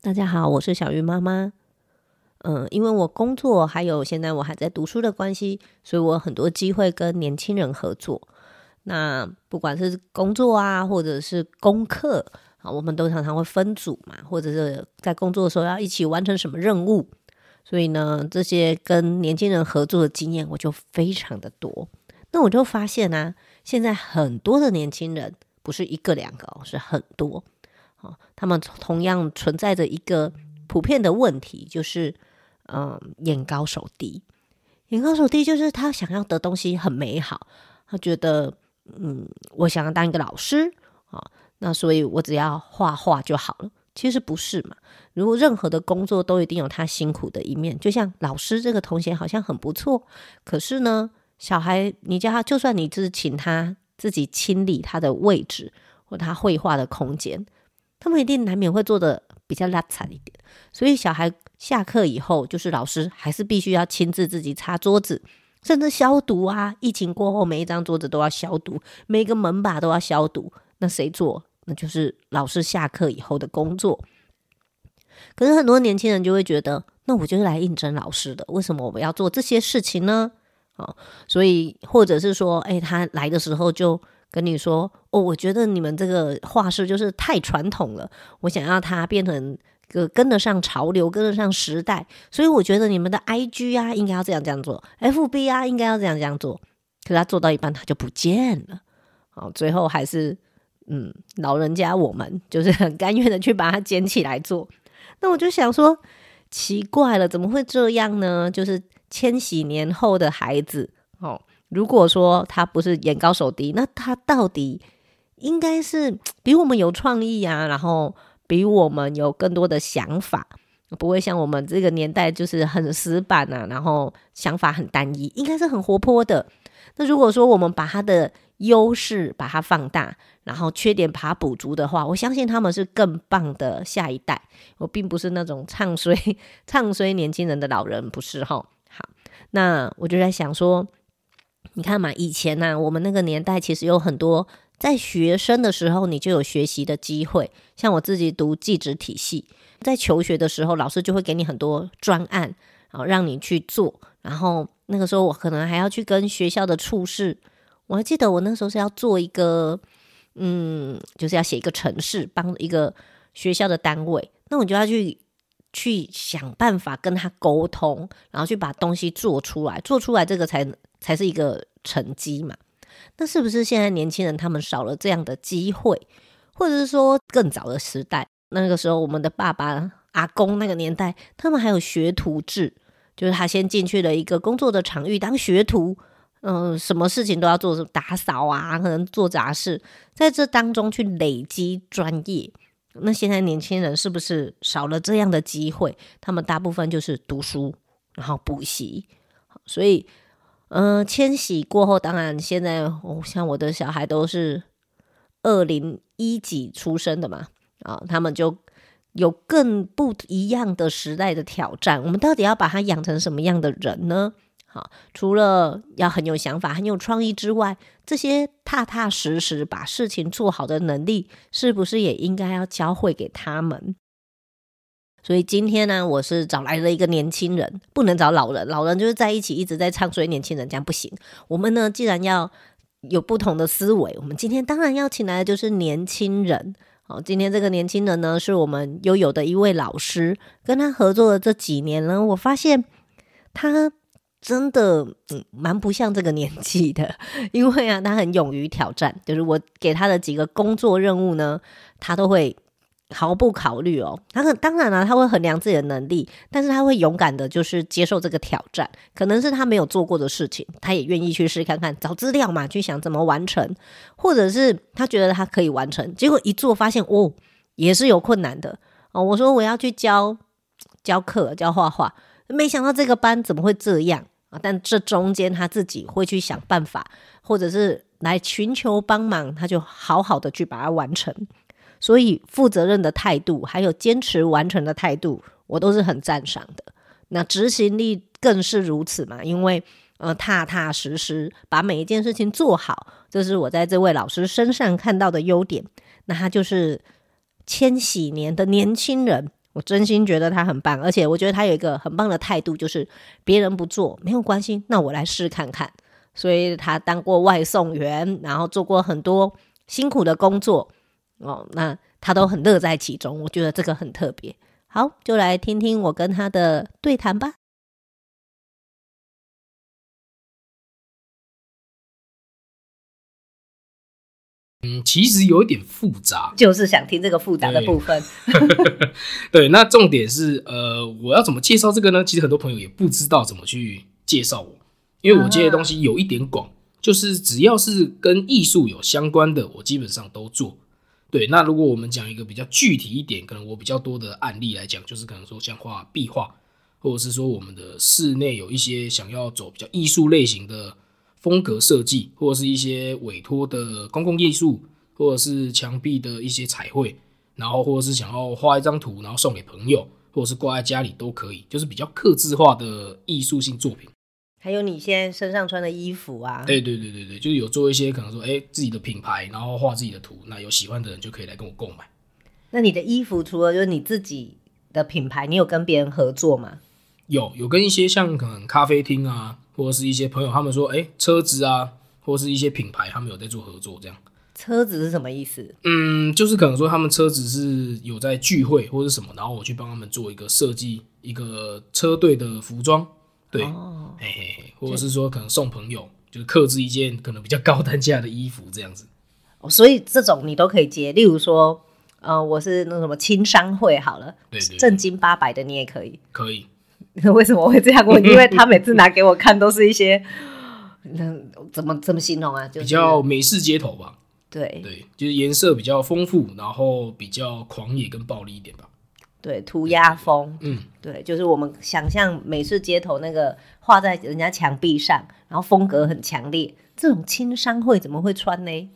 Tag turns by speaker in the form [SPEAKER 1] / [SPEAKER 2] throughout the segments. [SPEAKER 1] 大家好，我是小鱼妈妈。嗯，因为我工作还有现在我还在读书的关系，所以我有很多机会跟年轻人合作。那不管是工作啊，或者是功课啊，我们都常常会分组嘛，或者是在工作的时候要一起完成什么任务。所以呢，这些跟年轻人合作的经验我就非常的多。那我就发现啊，现在很多的年轻人不是一个两个哦，是很多哦，他们同样存在着一个普遍的问题，就是嗯，眼高手低。眼高手低就是他想要的东西很美好，他觉得嗯，我想要当一个老师啊、哦，那所以我只要画画就好了。其实不是嘛，如果任何的工作都一定有他辛苦的一面，就像老师这个头衔好像很不错，可是呢。小孩，你叫他，就算你是请他自己清理他的位置或他绘画的空间，他们一定难免会做的比较邋遢一点。所以小孩下课以后，就是老师还是必须要亲自自己擦桌子，甚至消毒啊。疫情过后，每一张桌子都要消毒，每个门把都要消毒。那谁做？那就是老师下课以后的工作。可是很多年轻人就会觉得，那我就是来应征老师的，为什么我要做这些事情呢？哦，所以或者是说，哎，他来的时候就跟你说，哦，我觉得你们这个画室就是太传统了，我想要它变成个跟得上潮流、跟得上时代，所以我觉得你们的 I G 啊，应该要这样这样做，F B 啊，应该要这样这样做。可他做到一半，他就不见了。哦，最后还是，嗯，老人家我们就是很甘愿的去把它捡起来做。那我就想说，奇怪了，怎么会这样呢？就是。千禧年后的孩子哦，如果说他不是眼高手低，那他到底应该是比我们有创意啊，然后比我们有更多的想法，不会像我们这个年代就是很死板啊，然后想法很单一，应该是很活泼的。那如果说我们把他的优势把它放大，然后缺点把它补足的话，我相信他们是更棒的下一代。我并不是那种唱衰 唱衰年轻人的老人，不是哈。好，那我就在想说，你看嘛，以前呢、啊，我们那个年代其实有很多在学生的时候你就有学习的机会。像我自己读技职体系，在求学的时候，老师就会给你很多专案，然后让你去做。然后那个时候我可能还要去跟学校的处室，我还记得我那时候是要做一个，嗯，就是要写一个城市，帮一个学校的单位，那我就要去。去想办法跟他沟通，然后去把东西做出来，做出来这个才才是一个成绩嘛。那是不是现在年轻人他们少了这样的机会，或者是说更早的时代，那个时候我们的爸爸、阿公那个年代，他们还有学徒制，就是他先进去了一个工作的场域当学徒，嗯、呃，什么事情都要做，打扫啊，可能做杂事，在这当中去累积专业。那现在年轻人是不是少了这样的机会？他们大部分就是读书，然后补习。所以，嗯、呃，迁徙过后，当然现在、哦、像我的小孩都是二零一几出生的嘛，啊、哦，他们就有更不一样的时代的挑战。我们到底要把他养成什么样的人呢？好、哦，除了要很有想法、很有创意之外，这些踏踏实实把事情做好的能力，是不是也应该要教会给他们？所以今天呢，我是找来了一个年轻人，不能找老人，老人就是在一起一直在唱衰年轻人，这样不行。我们呢，既然要有不同的思维，我们今天当然要请来的就是年轻人。好，今天这个年轻人呢，是我们悠悠的一位老师，跟他合作的这几年呢，我发现他。真的，嗯，蛮不像这个年纪的，因为啊，他很勇于挑战。就是我给他的几个工作任务呢，他都会毫不考虑哦。他很当然了、啊，他会衡量自己的能力，但是他会勇敢的，就是接受这个挑战。可能是他没有做过的事情，他也愿意去试看看，找资料嘛，去想怎么完成，或者是他觉得他可以完成，结果一做发现哦，也是有困难的哦。我说我要去教教课，教画画。没想到这个班怎么会这样啊！但这中间他自己会去想办法，或者是来寻求帮忙，他就好好的去把它完成。所以负责任的态度，还有坚持完成的态度，我都是很赞赏的。那执行力更是如此嘛，因为呃踏踏实实把每一件事情做好，这是我在这位老师身上看到的优点。那他就是千禧年的年轻人。我真心觉得他很棒，而且我觉得他有一个很棒的态度，就是别人不做没有关系，那我来试看看。所以他当过外送员，然后做过很多辛苦的工作哦，那他都很乐在其中。我觉得这个很特别。好，就来听听我跟他的对谈吧。
[SPEAKER 2] 嗯，其实有一点复杂。
[SPEAKER 1] 就是想听这个复杂的部分。
[SPEAKER 2] 对，那重点是，呃，我要怎么介绍这个呢？其实很多朋友也不知道怎么去介绍我，因为我接的东西有一点广，就是只要是跟艺术有相关的，我基本上都做。对，那如果我们讲一个比较具体一点，可能我比较多的案例来讲，就是可能说像画壁画，或者是说我们的室内有一些想要走比较艺术类型的风格设计，或者是一些委托的公共艺术，或者是墙壁的一些彩绘，然后或者是想要画一张图，然后送给朋友，或者是挂在家里都可以，就是比较刻字化的艺术性作品。
[SPEAKER 1] 还有你现在身上穿的衣服啊，
[SPEAKER 2] 对对对对对，就是有做一些可能说，哎，自己的品牌，然后画自己的图，那有喜欢的人就可以来跟我购买。
[SPEAKER 1] 那你的衣服除了就是你自己的品牌，你有跟别人合作吗？
[SPEAKER 2] 有有跟一些像可能咖啡厅啊，或者是一些朋友他们说，哎、车子啊，或者是一些品牌，他们有在做合作这样。
[SPEAKER 1] 车子是什么意思？
[SPEAKER 2] 嗯，就是可能说他们车子是有在聚会或者什么，然后我去帮他们做一个设计，一个车队的服装，对，
[SPEAKER 1] 哦，
[SPEAKER 2] 嘿嘿嘿，或者是说可能送朋友，就是克制一件可能比较高单价的衣服这样子。
[SPEAKER 1] 哦所以这种你都可以接。例如说，呃，我是那什么青商会好了，
[SPEAKER 2] 对对对
[SPEAKER 1] 正经八百的你也可以。
[SPEAKER 2] 可以，
[SPEAKER 1] 为什么会这样问？因为他每次拿给我看都是一些， 嗯，怎么怎么形容啊？就是
[SPEAKER 2] 比较美式街头吧，
[SPEAKER 1] 对
[SPEAKER 2] 对，就是颜色比较丰富，然后比较狂野跟暴力一点吧。
[SPEAKER 1] 对涂鸦风，
[SPEAKER 2] 嗯，
[SPEAKER 1] 对，就是我们想象美式街头那个画在人家墙壁上，然后风格很强烈，这种青商会怎么会穿呢？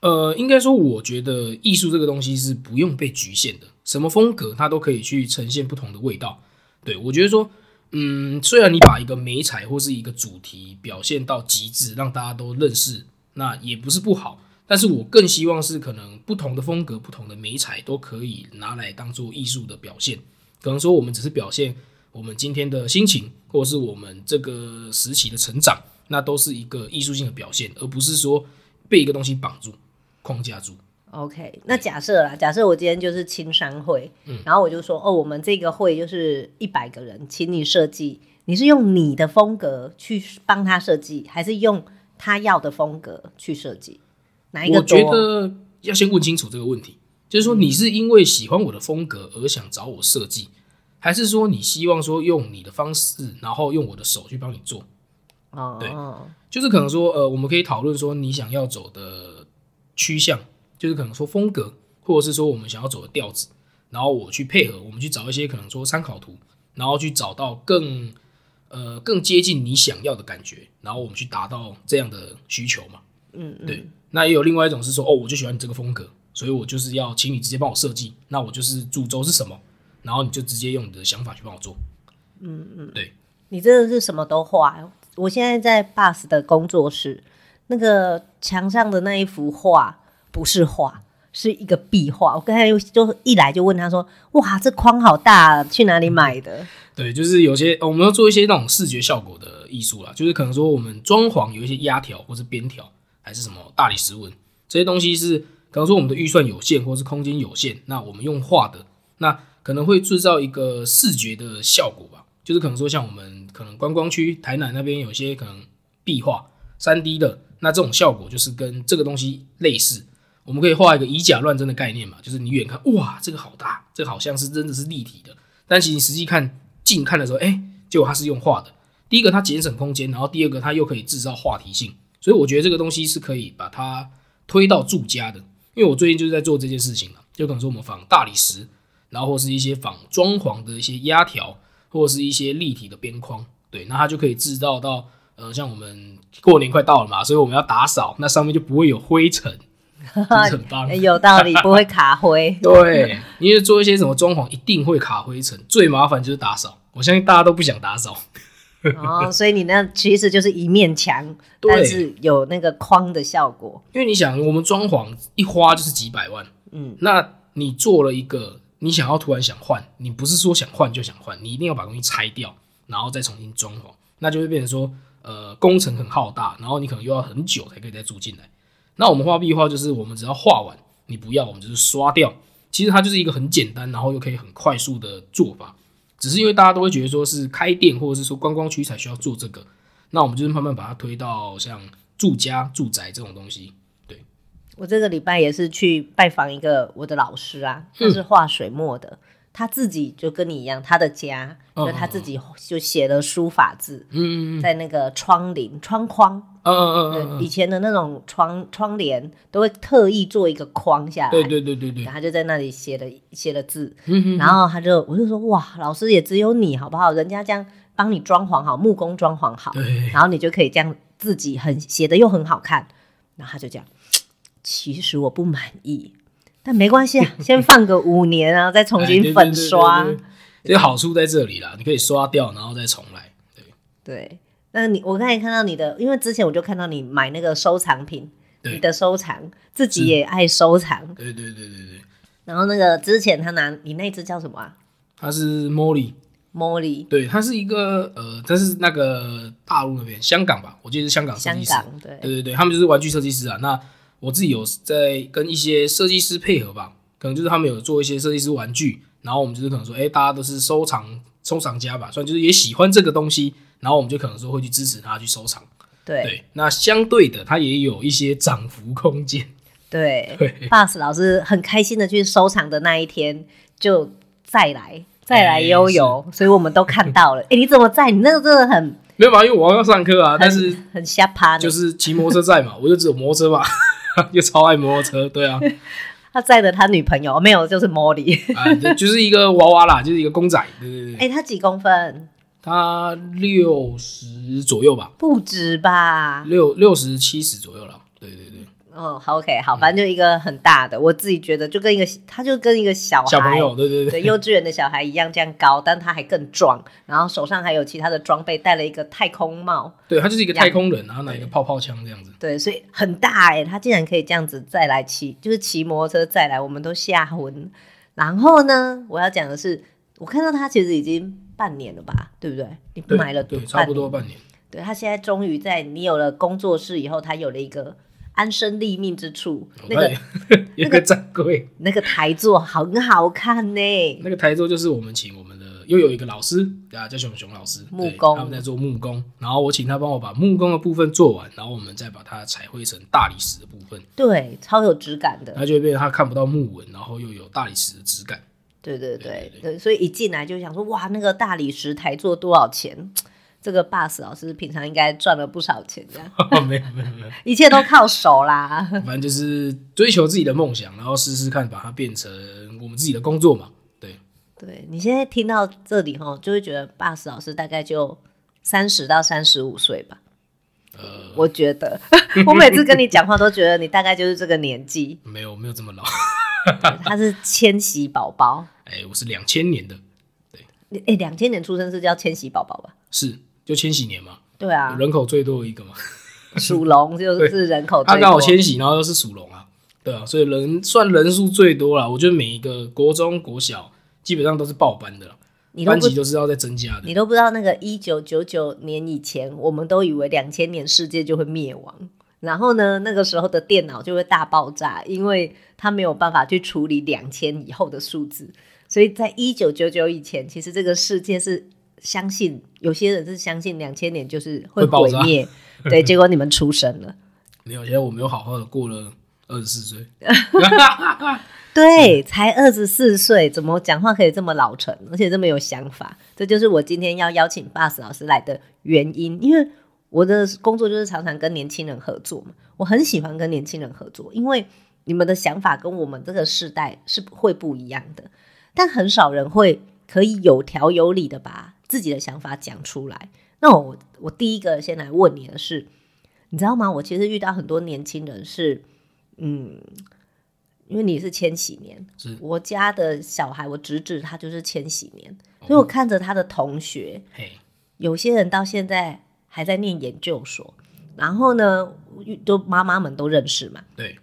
[SPEAKER 2] 呃，应该说，我觉得艺术这个东西是不用被局限的，什么风格它都可以去呈现不同的味道。对我觉得说，嗯，虽然你把一个美彩或是一个主题表现到极致，让大家都认识，那也不是不好。但是我更希望是可能不同的风格、不同的美彩都可以拿来当做艺术的表现。可能说我们只是表现我们今天的心情，或是我们这个时期的成长，那都是一个艺术性的表现，而不是说被一个东西绑住。框架住。
[SPEAKER 1] OK，那假设啦，假设我今天就是青商会，
[SPEAKER 2] 嗯
[SPEAKER 1] 然后我就说哦，我们这个会就是一百个人，请你设计，你是用你的风格去帮他设计，还是用他要的风格去设计？哪一个
[SPEAKER 2] 我
[SPEAKER 1] 多？啊
[SPEAKER 2] 觉得要先问清楚这个问题，就是说你是因为喜欢我的风格而想找我设计，还是说你希望说用你的方式，然后用我的手去帮你做？对
[SPEAKER 1] 哦，
[SPEAKER 2] 就是可能说，呃，我们可以讨论说你想要走的趋向，就是可能说风格，或者是说我们想要走的调子，然后我去配合，我们去找一些可能说参考图，然后去找到更呃更接近你想要的感觉，然后我们去达到这样的需求嘛。
[SPEAKER 1] 嗯嗯，
[SPEAKER 2] 对，那也有另外一种是说，哦，我就喜欢你这个风格，所以我就是要请你直接帮我设计，那我就是主轴是什么，然后你就直接用你的想法去帮我做。
[SPEAKER 1] 你真的是什么都画。我现在在 Bus 的工作室，那个墙上的那一幅画不是画，是一个壁画。我刚才就一来就问他说：“哇，这框好大啊，去哪里买的
[SPEAKER 2] 对，就是有些、呃我们要做一些那种视觉效果的艺术啦，就是可能说我们装潢有一些压条或是边条，还是什么大理石纹这些东西是，可能说我们的预算有限或是空间有限，那我们用画的，那可能会制造一个视觉的效果吧，就是可能说像我们可能观光区台南那边有些可能壁画三 D 的，那这种效果就是跟这个东西类似。我们可以画一个以假乱真的概念嘛，就是你远看，哇，这个好大，这个好像是真的是立体的，但其实实际看近看的时候，哎、结果它是用画的。第一个它节省空间，然后第二个它又可以制造话题性，所以我觉得这个东西是可以把它推到住家的。因为我最近就是在做这件事情了，就可能说我们仿大理石，然后或是一些仿装潢的一些压条，或者是一些立体的边框，对，那它就可以制造到呃，像我们过年快到了嘛，所以我们要打扫，那上面就不会有灰尘， 是不是很棒？
[SPEAKER 1] 哎？”有道理，不会卡 灰。
[SPEAKER 2] 对，因为做一些什么装潢一定会卡灰尘，最麻烦就是打扫。我相信大家都不想打扫，
[SPEAKER 1] 哦，所以你那其实就是一面墙，
[SPEAKER 2] 对
[SPEAKER 1] 但是有那个框的效果。
[SPEAKER 2] 因为你想，我们装潢一花就是几百万，
[SPEAKER 1] 嗯，
[SPEAKER 2] 那你做了一个你想要突然想换，你不是说想换就想换，你一定要把东西拆掉，然后再重新装潢，那就会变成说，呃，工程很浩大，然后你可能又要很久才可以再住进来。那我们画壁画就是我们只要画完，你不要，我们就是刷掉。其实它就是一个很简单，然后又可以很快速的做法。只是因为大家都会觉得说是开店或者是说观光区才需要做这个，那我们就是慢慢把它推到像住家、住宅这种东西。
[SPEAKER 1] 我这个礼拜也是去拜访一个我的老师啊，他
[SPEAKER 2] 嗯
[SPEAKER 1] 是画水墨的，他自己就跟你一样，他的家
[SPEAKER 2] 嗯
[SPEAKER 1] 就他自己就写了书法字，
[SPEAKER 2] 嗯嗯
[SPEAKER 1] 在那个窗棂窗框，
[SPEAKER 2] 嗯嗯
[SPEAKER 1] 呃
[SPEAKER 2] 嗯嗯，
[SPEAKER 1] 以前的那种窗窗帘都会特意做一个框下来，
[SPEAKER 2] 对对对对对
[SPEAKER 1] 然，后他就在那里写了写了字，
[SPEAKER 2] 嗯
[SPEAKER 1] 然后他就我就说哇，老师也只有你好不好？人家这样帮你装潢好，木工装潢好，
[SPEAKER 2] 对，
[SPEAKER 1] 然后你就可以这样自己很写的又很好看。然后他就讲，其实我不满意，但没关 系啊，先放个五年啊，再
[SPEAKER 2] 哎
[SPEAKER 1] 重新粉刷。
[SPEAKER 2] 这个好处在这里啦，你可以刷掉，然后再重来。
[SPEAKER 1] 对，那你我刚才看到你的，因为之前我就看到你买那个收藏品，
[SPEAKER 2] 对
[SPEAKER 1] 你的收藏自己也爱收藏。
[SPEAKER 2] 对对对对对，
[SPEAKER 1] 然后那个之前他拿你那只叫什么啊
[SPEAKER 2] 它是 Molly，
[SPEAKER 1] ？Molly，
[SPEAKER 2] 对，它是一个呃，它是那个大陆那边香港吧，我记得是香港设
[SPEAKER 1] 香
[SPEAKER 2] 计师。
[SPEAKER 1] 港对。
[SPEAKER 2] 对对对，他们就是玩具设计师啊。那我自己有在跟一些设计师配合吧，可能就是他们有做一些设计师玩具，然后我们就是可能说，哎，大家都是收藏收藏家吧，算就是也喜欢这个东西，然后我们就可能说会去支持他去收藏。
[SPEAKER 1] 对
[SPEAKER 2] 对，那相对的，它也有一些涨幅空间。
[SPEAKER 1] 对
[SPEAKER 2] 对
[SPEAKER 1] b u s 老师很开心的去收藏的那一天，就再来再来悠游，
[SPEAKER 2] 哎
[SPEAKER 1] 所以我们都看到了。哎、 你怎么在？你那个真的很
[SPEAKER 2] 没有吧？因为我要上课啊，但是
[SPEAKER 1] 很瞎趴呢，
[SPEAKER 2] 就是骑摩托车在嘛，我就只有摩托车嘛， 又超爱摩托车，对啊，
[SPEAKER 1] 他载了他女朋友，哦没有就是 Molly。
[SPEAKER 2] 啊，对就是一个娃娃啦，就是一个公仔，对对对，
[SPEAKER 1] 哎、他几公分？
[SPEAKER 2] 它六十左右吧，
[SPEAKER 1] 不止吧？
[SPEAKER 2] 六六十七十左右了。对对对，
[SPEAKER 1] 哦，好 OK，好，反正就一个很大的，我自己觉得就跟一个，他就跟一个小孩
[SPEAKER 2] 小朋友，对对 对，
[SPEAKER 1] 对幼稚园的小孩一样这样高，但他还更壮，然后手上还有其他的装备，戴了一个太空帽，
[SPEAKER 2] 对他就是一个太空人，然后拿一个泡泡枪这样子。
[SPEAKER 1] 对，所以很大哎、他竟然可以这样子再来骑，就是骑摩托车再来，我们都吓昏。然后呢，我要讲的是，我看到他其实已经半年了吧，对不对？你
[SPEAKER 2] 对
[SPEAKER 1] 买了
[SPEAKER 2] 对，
[SPEAKER 1] 半
[SPEAKER 2] 差不
[SPEAKER 1] 年
[SPEAKER 2] 多半年。
[SPEAKER 1] 对他现在终于在你有了工作室以后，他有了一个安身立命之处。那个
[SPEAKER 2] 个 有一个展柜，
[SPEAKER 1] 那个台座很好看呢、
[SPEAKER 2] 那个台座就是我们请我们的又有一个老师啊，叫熊熊老师，
[SPEAKER 1] 木
[SPEAKER 2] 对
[SPEAKER 1] 工
[SPEAKER 2] 他们在做木工，然后我请他帮我把木工的部分做完，然后我们再把它彩绘成大理石的部分，
[SPEAKER 1] 对，超有质感的。
[SPEAKER 2] 它就会变成它看不到木纹，然后又有大理石的质感。
[SPEAKER 1] 对对对
[SPEAKER 2] 对
[SPEAKER 1] 对，所以一进来就想说，哇，那个大理石台座多少钱？这个 bus 老师平常应该赚了不少钱，这样
[SPEAKER 2] 没有没有没有，
[SPEAKER 1] 一切都靠手啦。
[SPEAKER 2] 反正就是追求自己的梦想，然后试试看把它变成我们自己的工作嘛。对，
[SPEAKER 1] 对你现在听到这里哈，就会觉得 bus 老师大概就三十到三十五岁吧。
[SPEAKER 2] 呃，
[SPEAKER 1] 我觉得， 我每次跟你讲话都觉得你大概就是这个年纪，
[SPEAKER 2] 没有没有这么老。
[SPEAKER 1] 他是千禧宝宝。
[SPEAKER 2] 哎、我是两千年的，
[SPEAKER 1] 哎，两千年出生是叫千禧宝宝吧？
[SPEAKER 2] 是就千禧年嘛，
[SPEAKER 1] 对啊，
[SPEAKER 2] 人口最多的一个嘛。
[SPEAKER 1] 属龙就是人口
[SPEAKER 2] 他
[SPEAKER 1] 最
[SPEAKER 2] 刚好
[SPEAKER 1] 哦多。
[SPEAKER 2] 千禧，然后又是属龙啊，对啊，所以人算人数最多啦。我觉得每一个国中、国小基本上都是爆班的啦，
[SPEAKER 1] 你都
[SPEAKER 2] 班
[SPEAKER 1] 不
[SPEAKER 2] 级都是要在增加的。
[SPEAKER 1] 你都不知道那个一九九九年以前，我们都以为两千年世界就会灭亡。然后呢，那个时候的电脑就会大爆炸，因为它没有办法去处理两千以后的数字，所以在一九九九以前，其实这个世界是相信有些人是相信两千年就是会
[SPEAKER 2] 会爆
[SPEAKER 1] 毁
[SPEAKER 2] 炸
[SPEAKER 1] 灭，对，结果你们出生了。
[SPEAKER 2] 没有，现在我没有好好的过了二十四岁，
[SPEAKER 1] 对，才二十四岁，怎么讲话可以这么老成，而且这么有想法？这就是我今天要邀请 Bus 老师来的原因，因为我的工作就是常常跟年轻人合作嘛，我很喜欢跟年轻人合作，因为你们的想法跟我们这个世代是会不一样的，但很少人会可以有条有理的把自己的想法讲出来。那我我第一个先来问你的是，你知道吗？我其实遇到很多年轻人是，嗯，因为你是千禧年，
[SPEAKER 2] 是
[SPEAKER 1] 我家的小孩，我侄子他就是千禧年，所以我看着他的同学，
[SPEAKER 2] 嘿，
[SPEAKER 1] 有些人到现在还在念研究所，然后呢，就妈妈们都认识嘛，
[SPEAKER 2] 对，
[SPEAKER 1] 欸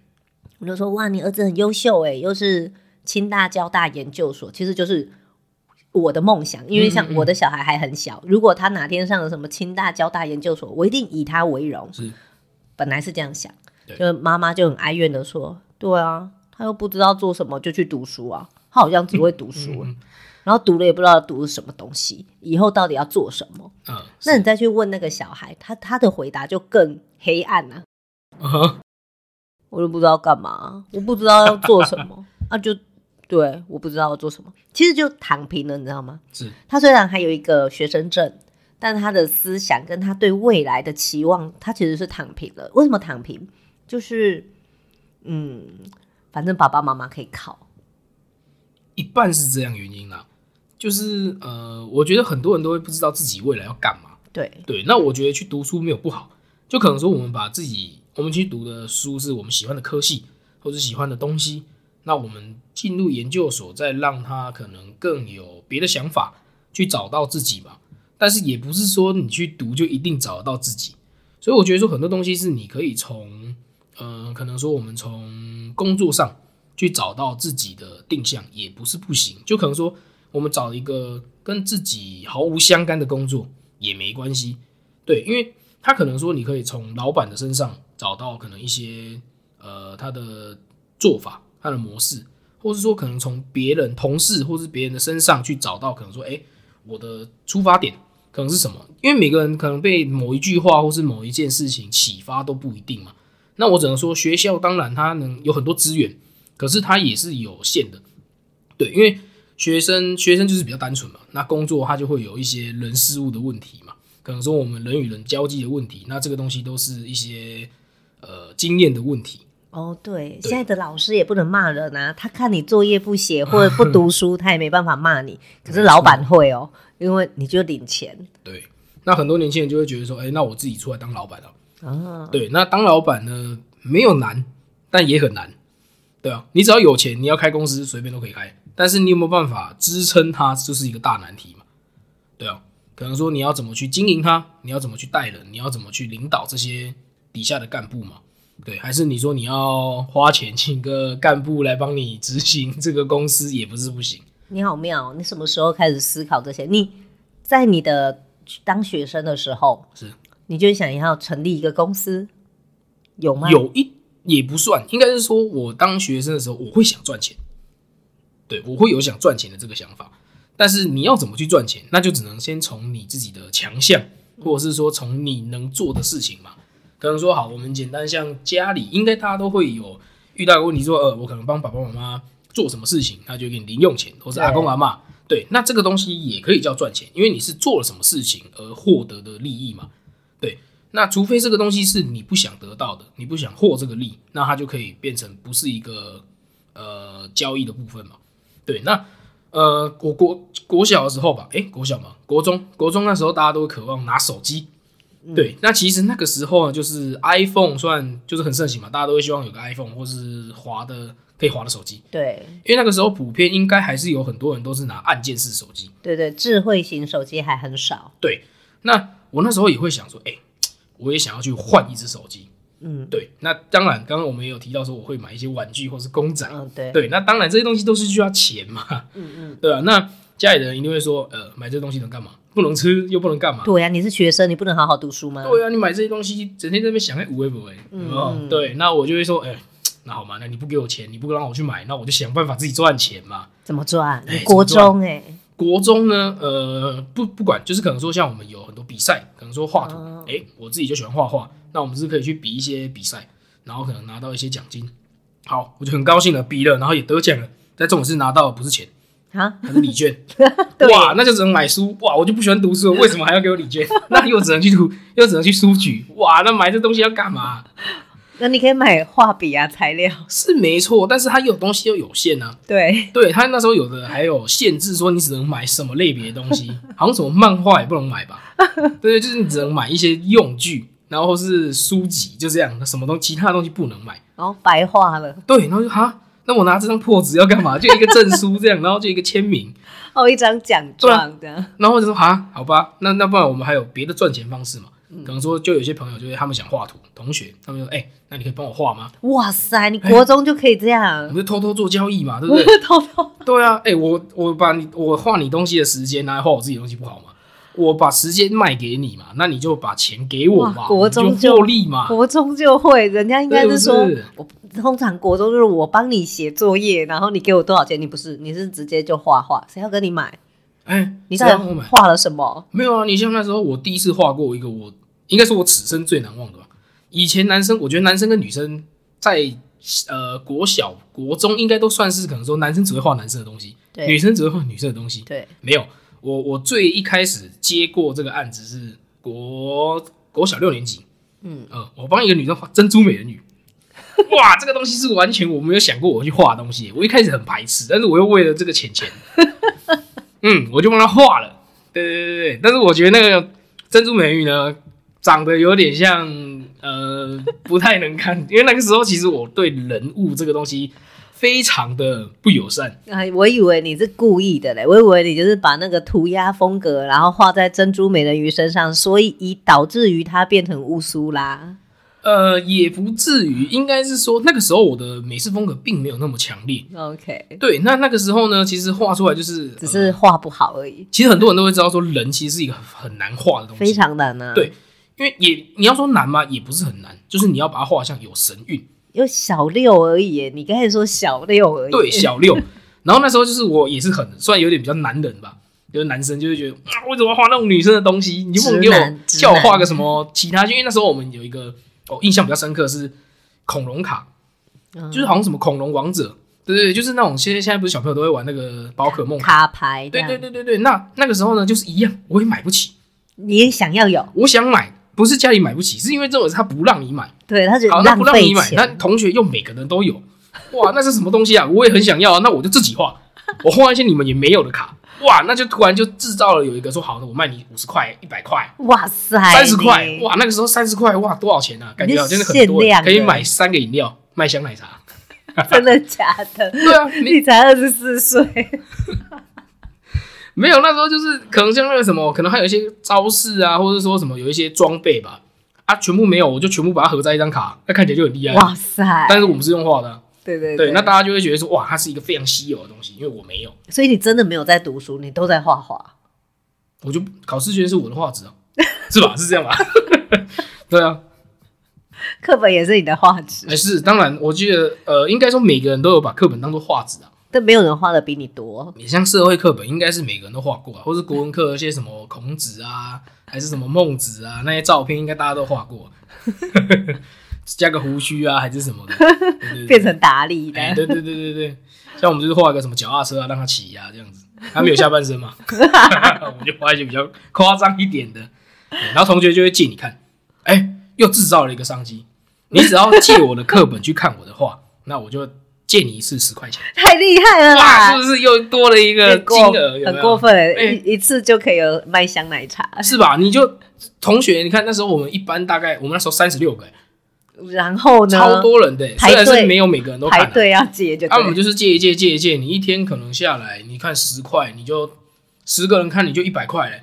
[SPEAKER 1] 我就说哇，你儿子很优秀诶，又是清大、交大研究所，其实就是我的梦想。因为
[SPEAKER 2] 嗯
[SPEAKER 1] 像我的小孩还很小，如果他哪天上了什么清大、交大研究所，我一定以他为荣。
[SPEAKER 2] 是，
[SPEAKER 1] 本来是这样想，
[SPEAKER 2] 对
[SPEAKER 1] 就妈妈就很哀怨的说：“对啊，他又不知道做什么，就去读书啊，他好像只会读书、
[SPEAKER 2] 嗯
[SPEAKER 1] 然后读了也不知道读了什么东西，以后到底要做什么？
[SPEAKER 2] 嗯，
[SPEAKER 1] 那你再去问那个小孩，他他的回答就更黑暗了、啊。
[SPEAKER 2] 嗯哼
[SPEAKER 1] 我都不知道干嘛，我不知道要做什 么啊，就对，我不知道要做什么，其实就躺平了，你知道吗？
[SPEAKER 2] 是
[SPEAKER 1] 他虽然还有一个学生证，但他的思想跟他对未来的期望，他其实是躺平了。为什么躺平？就是嗯，反正爸爸妈妈可以靠，
[SPEAKER 2] 一半是这样原因啦，就是呃，我觉得很多人都会不知道自己未来要干嘛。
[SPEAKER 1] 对，
[SPEAKER 2] 对，那我觉得去读书没有不好，就可能说我们把自己我们去读的书是我们喜欢的科系或者喜欢的东西，那我们进入研究所，再让他可能更有别的想法，去找到自己吧。但是也不是说你去读就一定找得到自己，所以我觉得说很多东西是你可以从，呃，可能说我们从工作上去找到自己的定向，也不是不行。就可能说我们找一个跟自己毫无相干的工作也没关系，对，因为他可能说你可以从老板的身上找到可能一些呃他的做法、他的模式，或是说可能从别人、同事或是别人的身上去找到可能说，哎、我的出发点可能是什么？因为每个人可能被某一句话或是某一件事情启发都不一定嘛。那我只能说，学校当然它能有很多资源，可是它也是有限的。对，因为学生学生就是比较单纯嘛，那工作它就会有一些人事物的问题嘛，可能说我们人与人交际的问题，那这个东西都是一些呃经验的问题。
[SPEAKER 1] 哦对，现在的老师也不能骂人啊，他看你作业不写或 者不读书，他也没办法骂你，可是老板会哦，因为你就领钱
[SPEAKER 2] 对，那很多年轻人就会觉得说，哎、那我自己出来当老板了。
[SPEAKER 1] 啊。
[SPEAKER 2] 对，那当老板呢，没有难，但也很难，对啊，你只要有钱，你要开公司随便都可以开，但是你有没有办法支撑它，就是一个大难题嘛，对啊，可能说你要怎么去经营它，你要怎么去带人，你要怎么去领导这些底下的干部嘛，对，还是你说你要花钱请个干部来帮你执行这个公司，也不是不行。
[SPEAKER 1] 你好妙哦，你什么时候开始思考这些？你在你的当学生的时候，
[SPEAKER 2] 是
[SPEAKER 1] 你就想要成立一个公司，有吗？，
[SPEAKER 2] 有一也不算，应该是说我当学生的时候，我会想赚钱，对我会有想赚钱的这个想法。但是你要怎么去赚钱，那就只能先从你自己的强项，或者是说从你能做的事情嘛。可能说好，我们简单像家里，应该大家都会有遇到一个问题说，呃，我可能帮爸爸妈妈做什么事情，他就给你零用钱，或是阿公阿妈。对，那这个东西也可以叫赚钱，因为你是做了什么事情而获得的利益嘛。对，那除非这个东西是你不想得到的，你不想获这个利，那它就可以变成不是一个呃交易的部分嘛。对，那呃国国国小的时候吧，诶，国小嘛，国中国中那时候大家都渴望拿手机。对，那其实那个时候呢，就是 iPhone 算就是很盛行嘛，大家都会希望有个 iPhone 或是滑的可以滑的手机，
[SPEAKER 1] 对
[SPEAKER 2] 因为那个时候普遍应该还是有很多人都是拿按键式手机。
[SPEAKER 1] 对对，智慧型手机还很少，
[SPEAKER 2] 对，那我那时候也会想说，哎、我也想要去换一只手机。
[SPEAKER 1] 嗯，
[SPEAKER 2] 对。那当然，刚刚我们也有提到说，我会买一些玩具或是公仔。
[SPEAKER 1] 嗯，对，
[SPEAKER 2] 对，那当然这些东西都是需要钱嘛。嗯嗯。对啊，那家里人一定会说，呃，买这东西能干嘛？不能吃，又不能干嘛？
[SPEAKER 1] 对呀、你是学生，你不能好好读书吗？
[SPEAKER 2] 对啊，你买这些东西，整天在那边想，哎，无为不为，有没有对，那我就会说，哎、那好嘛，那你不给我钱，你不让我去买，那我就想办法自己赚钱嘛。
[SPEAKER 1] 怎么赚？
[SPEAKER 2] 哎
[SPEAKER 1] 你国中哎、
[SPEAKER 2] 国中呢，呃，不不管，就是可能说像我们有很多比赛，可能说画图，哎、
[SPEAKER 1] 哦
[SPEAKER 2] 我自己就喜欢画画，那我们是不是可以去比一些比赛，然后可能拿到一些奖金。好，我就很高兴的比了，然后也得奖了，但重点是拿到的不是钱，
[SPEAKER 1] 啊，
[SPEAKER 2] 还是礼券。
[SPEAKER 1] 对
[SPEAKER 2] 哇，那就只能买书。哇，我就不喜欢读书了，为什么还要给我礼券？那又只能去读，又只能去书局。哇，那买这东西要干嘛？
[SPEAKER 1] 那你可以买画笔啊材料，
[SPEAKER 2] 是没错，但是它有东西又有限啊。
[SPEAKER 1] 对，
[SPEAKER 2] 对他那时候有的还有限制，说你只能买什么类别的东西，好像什么漫画也不能买吧？对，就是你只能买一些用具，然后是书籍，就这样，什么东其他的东西不能买。
[SPEAKER 1] 然后哦白画了，
[SPEAKER 2] 对，然后就哈，那我拿这张破纸要干嘛？就一个证书这样，然后就一个签名，
[SPEAKER 1] 哦，一张奖状这样，
[SPEAKER 2] 啊然后我就说哈，好吧，那那不然我们还有别的赚钱方式嘛？
[SPEAKER 1] 嗯
[SPEAKER 2] 可能说就有些朋友就是他们想画图，同学他们就说，哎、那你可以帮我画吗？
[SPEAKER 1] 哇塞，你国中就可以这
[SPEAKER 2] 我
[SPEAKER 1] 样
[SPEAKER 2] 们，就偷偷做交易嘛，对不
[SPEAKER 1] 我
[SPEAKER 2] 哎对？
[SPEAKER 1] 偷偷
[SPEAKER 2] 对啊，哎、我我把你我画你东西的时间拿来画我自己的东西不好吗？我把时间卖给你嘛，那你就把钱给我嘛，
[SPEAKER 1] 哇国
[SPEAKER 2] 我们
[SPEAKER 1] 中
[SPEAKER 2] 就获利嘛，
[SPEAKER 1] 国中就会，人家应该是说
[SPEAKER 2] 对不是，
[SPEAKER 1] 我通常国中就是我帮你写作业，然后你给我多少钱？你不是，你是直接就画画，谁要跟你买？
[SPEAKER 2] 哎、
[SPEAKER 1] 你
[SPEAKER 2] 这
[SPEAKER 1] 到
[SPEAKER 2] 样我买
[SPEAKER 1] 底画了什么？
[SPEAKER 2] 没有啊？你像那时候我第一次画过一个我，应该是我此生最难忘的吧。以前男生，我觉得男生跟女生在呃国小、国中应该都算是可能说男生只会画男生的东西，女
[SPEAKER 1] 对
[SPEAKER 2] 生只会画女生的东西。
[SPEAKER 1] 对，
[SPEAKER 2] 没有，我我最一开始接过这个案子是国国小六年级，
[SPEAKER 1] 嗯
[SPEAKER 2] 呃，我帮一个女生画珍珠美人鱼。哇，这个东西是完全我没有想过我去画的东西，我一开始很排斥，但是我又为了这个钱 钱，嗯，我就帮她画了。对对对对，对但是我觉得那个珍珠美人鱼呢，长得有点像呃不太能看，因为那个时候其实我对人物这个东西非常的不友善。
[SPEAKER 1] 哎，我以为你是故意的嘞，我以为你就是把那个涂鸦风格，然后画在珍珠美人鱼身上，所以以导致于它变成乌苏拉。
[SPEAKER 2] 呃，也不至于，应该是说那个时候我的美式风格并没有那么强烈。
[SPEAKER 1] OK，
[SPEAKER 2] 对，那那个时候呢，其实画出来就是，
[SPEAKER 1] 只
[SPEAKER 2] 呃
[SPEAKER 1] 是画不好而已，
[SPEAKER 2] 其实很多人都会知道说，人其实是一个很难画的东西，
[SPEAKER 1] 非常难啊。
[SPEAKER 2] 嗯对，因为也你要说难吗，也不是很难，就是你要把它画像有神韵。
[SPEAKER 1] 有小六而已耶，你刚才说小六而已。
[SPEAKER 2] 对，小 六。然后那时候就是我也是很，虽然有点比较男人吧，就是男生就会觉得啊，为什么要画那种女生的东西？你就不能给我
[SPEAKER 1] 直男直
[SPEAKER 2] 叫我
[SPEAKER 1] 男
[SPEAKER 2] 画个什么其他？因为那时候我们有一个哦，印象比较深刻是恐龙卡，
[SPEAKER 1] 嗯
[SPEAKER 2] 就是好像什么恐龙王者，对对对，就是那种现在现在不是小朋友都会玩那个宝可梦，
[SPEAKER 1] 卡牌这
[SPEAKER 2] 对
[SPEAKER 1] 样，
[SPEAKER 2] 对对对对。那那个时候呢，就是一样，我也买不起，
[SPEAKER 1] 你也想要有，
[SPEAKER 2] 我想买，不是家里买不起，是因为这种他不让你买。
[SPEAKER 1] 对他觉
[SPEAKER 2] 好，
[SPEAKER 1] 得
[SPEAKER 2] 那不让
[SPEAKER 1] 费
[SPEAKER 2] 你买，那
[SPEAKER 1] 钱，
[SPEAKER 2] 同学又每个人都有，哇，那是什么东西啊？我也很想要啊，那我就自己画，我画一些你们也没有的卡，哇，那就突然就制造了有一个说好的，我卖你五十块、一百块、
[SPEAKER 1] 哇塞，
[SPEAKER 2] 三十块
[SPEAKER 1] 哎你，
[SPEAKER 2] 哇，那个时候三十块，哇，多少钱啊？感觉好像是很
[SPEAKER 1] 限
[SPEAKER 2] 多
[SPEAKER 1] 量，
[SPEAKER 2] 可以
[SPEAKER 1] 的
[SPEAKER 2] 买三个饮料，卖箱奶茶。
[SPEAKER 1] 真的假的？
[SPEAKER 2] 对啊，你
[SPEAKER 1] 你才二十四岁，
[SPEAKER 2] 没有，那时候就是可能像那个什么，可能还有一些招式啊，或者说什么有一些装备吧，啊，全部没有，我就全部把它合在一张卡，那看起来就很厉害。
[SPEAKER 1] 哇塞！
[SPEAKER 2] 但是我们是用画的啊、
[SPEAKER 1] 对对
[SPEAKER 2] 对，那大家就会觉得说，哇，它是一个非常稀有的东西，因为我没有。
[SPEAKER 1] 所以你真的没有在读书，你都在画画。
[SPEAKER 2] 我就考试卷是我的画纸啊， 是吧？是这样吧？ 对啊，
[SPEAKER 1] 课本也是你的画纸
[SPEAKER 2] 还，是当然，我记得呃，应该说每个人都有把课本当做画纸啊。
[SPEAKER 1] 但没有人画的比你多。
[SPEAKER 2] 你像社会课本，应该是每个人都画过啊，或是国文课一些什么孔子啊，还是什么孟子啊，那些照片应该大家都画过、 加个胡须啊，还是什么的，对对对
[SPEAKER 1] 变成达利的，
[SPEAKER 2] 哎，对对对对对，像我们就是画一个什么脚踏车啊，让它骑啊，这样子，它没有下半 身嘛，我们就画一些比较夸张一点的，对然后同学就会借你看，哎、又制造了一个商机，你只要借我的课本去看我的画，那我就借你一次十块钱，
[SPEAKER 1] 太厉害了
[SPEAKER 2] 哇，是
[SPEAKER 1] 啦！
[SPEAKER 2] 不是又多了一个
[SPEAKER 1] 很
[SPEAKER 2] 金
[SPEAKER 1] 过
[SPEAKER 2] 额？有没有
[SPEAKER 1] 很过分，
[SPEAKER 2] 哎
[SPEAKER 1] 一一次就可以有麦香奶茶。
[SPEAKER 2] 是吧？你就同学，你看那时候我们一班大概我们那时候三十六个、哎
[SPEAKER 1] 然后呢？
[SPEAKER 2] 超多人的、哎
[SPEAKER 1] 排
[SPEAKER 2] 虽
[SPEAKER 1] 队
[SPEAKER 2] 然是没有每个人都看、
[SPEAKER 1] 排
[SPEAKER 2] 啊。
[SPEAKER 1] 队要接就
[SPEAKER 2] 啊，我们
[SPEAKER 1] 对。
[SPEAKER 2] 就是借一借借一借，你一天可能下来，你看十块，你就十个人看你就一百块嘞，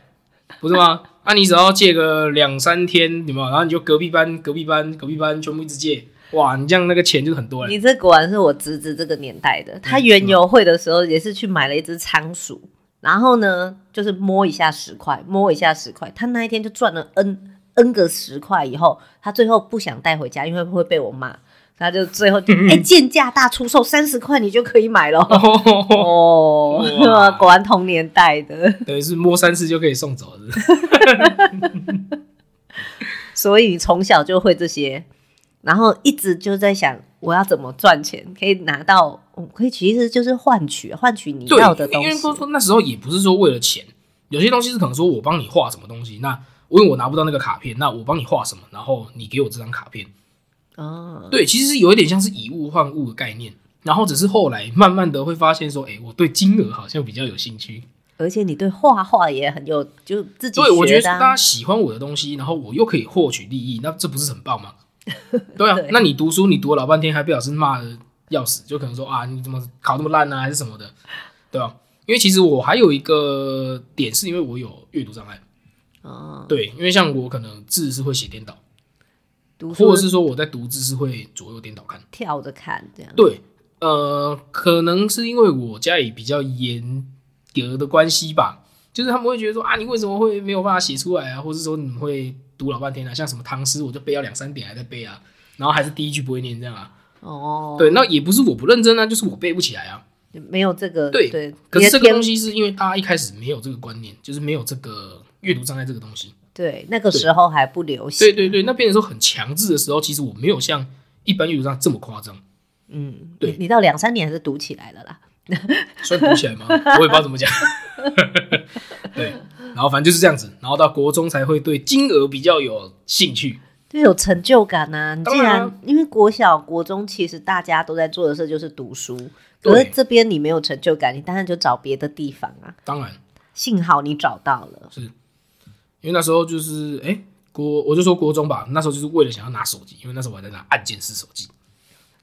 [SPEAKER 2] 不是 吗？啊，你只要借个两三天，有没有？然后你就隔壁班、隔壁班、隔壁班全部一直借，哇，你这样那个钱就很多嘞。
[SPEAKER 1] 你这果然是我侄子这个年代的。他园游会的时候也是去买了一只仓鼠，然后呢，就是摸一下十块，摸一下十块。他那一天就赚了 n n 个十块以后，他最后不想带回家，因为会被我骂。他就最后就哎、贱价大出售，三十块你就可以买了。
[SPEAKER 2] 哦，
[SPEAKER 1] 哦
[SPEAKER 2] 哇，
[SPEAKER 1] 果然同年代的，
[SPEAKER 2] 等于是摸三次就可以送走，是不是
[SPEAKER 1] 所以从小就会这些，然后一直就在想我要怎么赚钱，可以拿到，嗯可以其实就是换取换取你要的
[SPEAKER 2] 对，
[SPEAKER 1] 东
[SPEAKER 2] 因为
[SPEAKER 1] 西。
[SPEAKER 2] 说说那时候也不是说为了钱，有些东西是可能说我帮你画什么东西，那因为我拿不到那个卡片，那我帮你画什么，然后你给我这张卡片，
[SPEAKER 1] 哦，
[SPEAKER 2] 对，其实是有一点像是以物换物的概念，然后只是后来慢慢的会发现说，哎、我对金额好像比较有兴趣。
[SPEAKER 1] 而且你对画画也很有，就自己
[SPEAKER 2] 对，我觉
[SPEAKER 1] 学
[SPEAKER 2] 得
[SPEAKER 1] 的
[SPEAKER 2] 大家
[SPEAKER 1] 啊、
[SPEAKER 2] 喜欢我的东西，然后我又可以获取利益，那这不是很 棒吗？对啊，
[SPEAKER 1] 对
[SPEAKER 2] 那你读书你读了老半天，还被老师骂的要死，就可能说啊，你怎么考那么烂啊，还是什么啊的，对吧、因为其实我还有一个点，是因为我有阅读障碍，
[SPEAKER 1] 哦，
[SPEAKER 2] 对，因为像我可能字是会写颠倒，
[SPEAKER 1] 读书
[SPEAKER 2] 或者是说我在读字是会左右颠倒看。
[SPEAKER 1] 跳着看这样。
[SPEAKER 2] 对，呃，可能是因为我家里比较严格的关系吧，就是他们会觉得说啊，你为什么会没有办法写出来啊，或者说你会读老半天啊，像什么唐诗，我就背到两三点还在背啊，然后还是第一句不会念这样啊。
[SPEAKER 1] 哦，
[SPEAKER 2] 对，那也不是我不认真啊，就是我背不起来啊。
[SPEAKER 1] 没有这个
[SPEAKER 2] 对
[SPEAKER 1] 对，
[SPEAKER 2] 可是这个
[SPEAKER 1] 你的
[SPEAKER 2] 东
[SPEAKER 1] 天
[SPEAKER 2] 西是因为大家一开始没有这个观念，就是没有这个阅读障碍这个东西。
[SPEAKER 1] 对那个时候还不流
[SPEAKER 2] 对
[SPEAKER 1] 行。
[SPEAKER 2] 对对，那变成说很强制的时候，其实我没有像一般阅读障碍这么夸张。
[SPEAKER 1] 嗯，
[SPEAKER 2] 对
[SPEAKER 1] 你你到两三年还是读起来了啦。
[SPEAKER 2] 算读起来吗？我也不知道怎么讲。对，然后反正就是这样子，然后到国中才会对金额比较有兴趣。
[SPEAKER 1] 就有成就感呐、你既
[SPEAKER 2] 当然啊
[SPEAKER 1] 然因为国小、国中，其实大家都在做的事就是读书，可是
[SPEAKER 2] 对
[SPEAKER 1] 这边你没有成就感，你当然就找别的地方啊。
[SPEAKER 2] 当然，
[SPEAKER 1] 幸好你找到了，
[SPEAKER 2] 因为那时候就是哎、诶国我就说国中吧，那时候就是为了想要拿手机，因为那时候我还在拿按键式手机，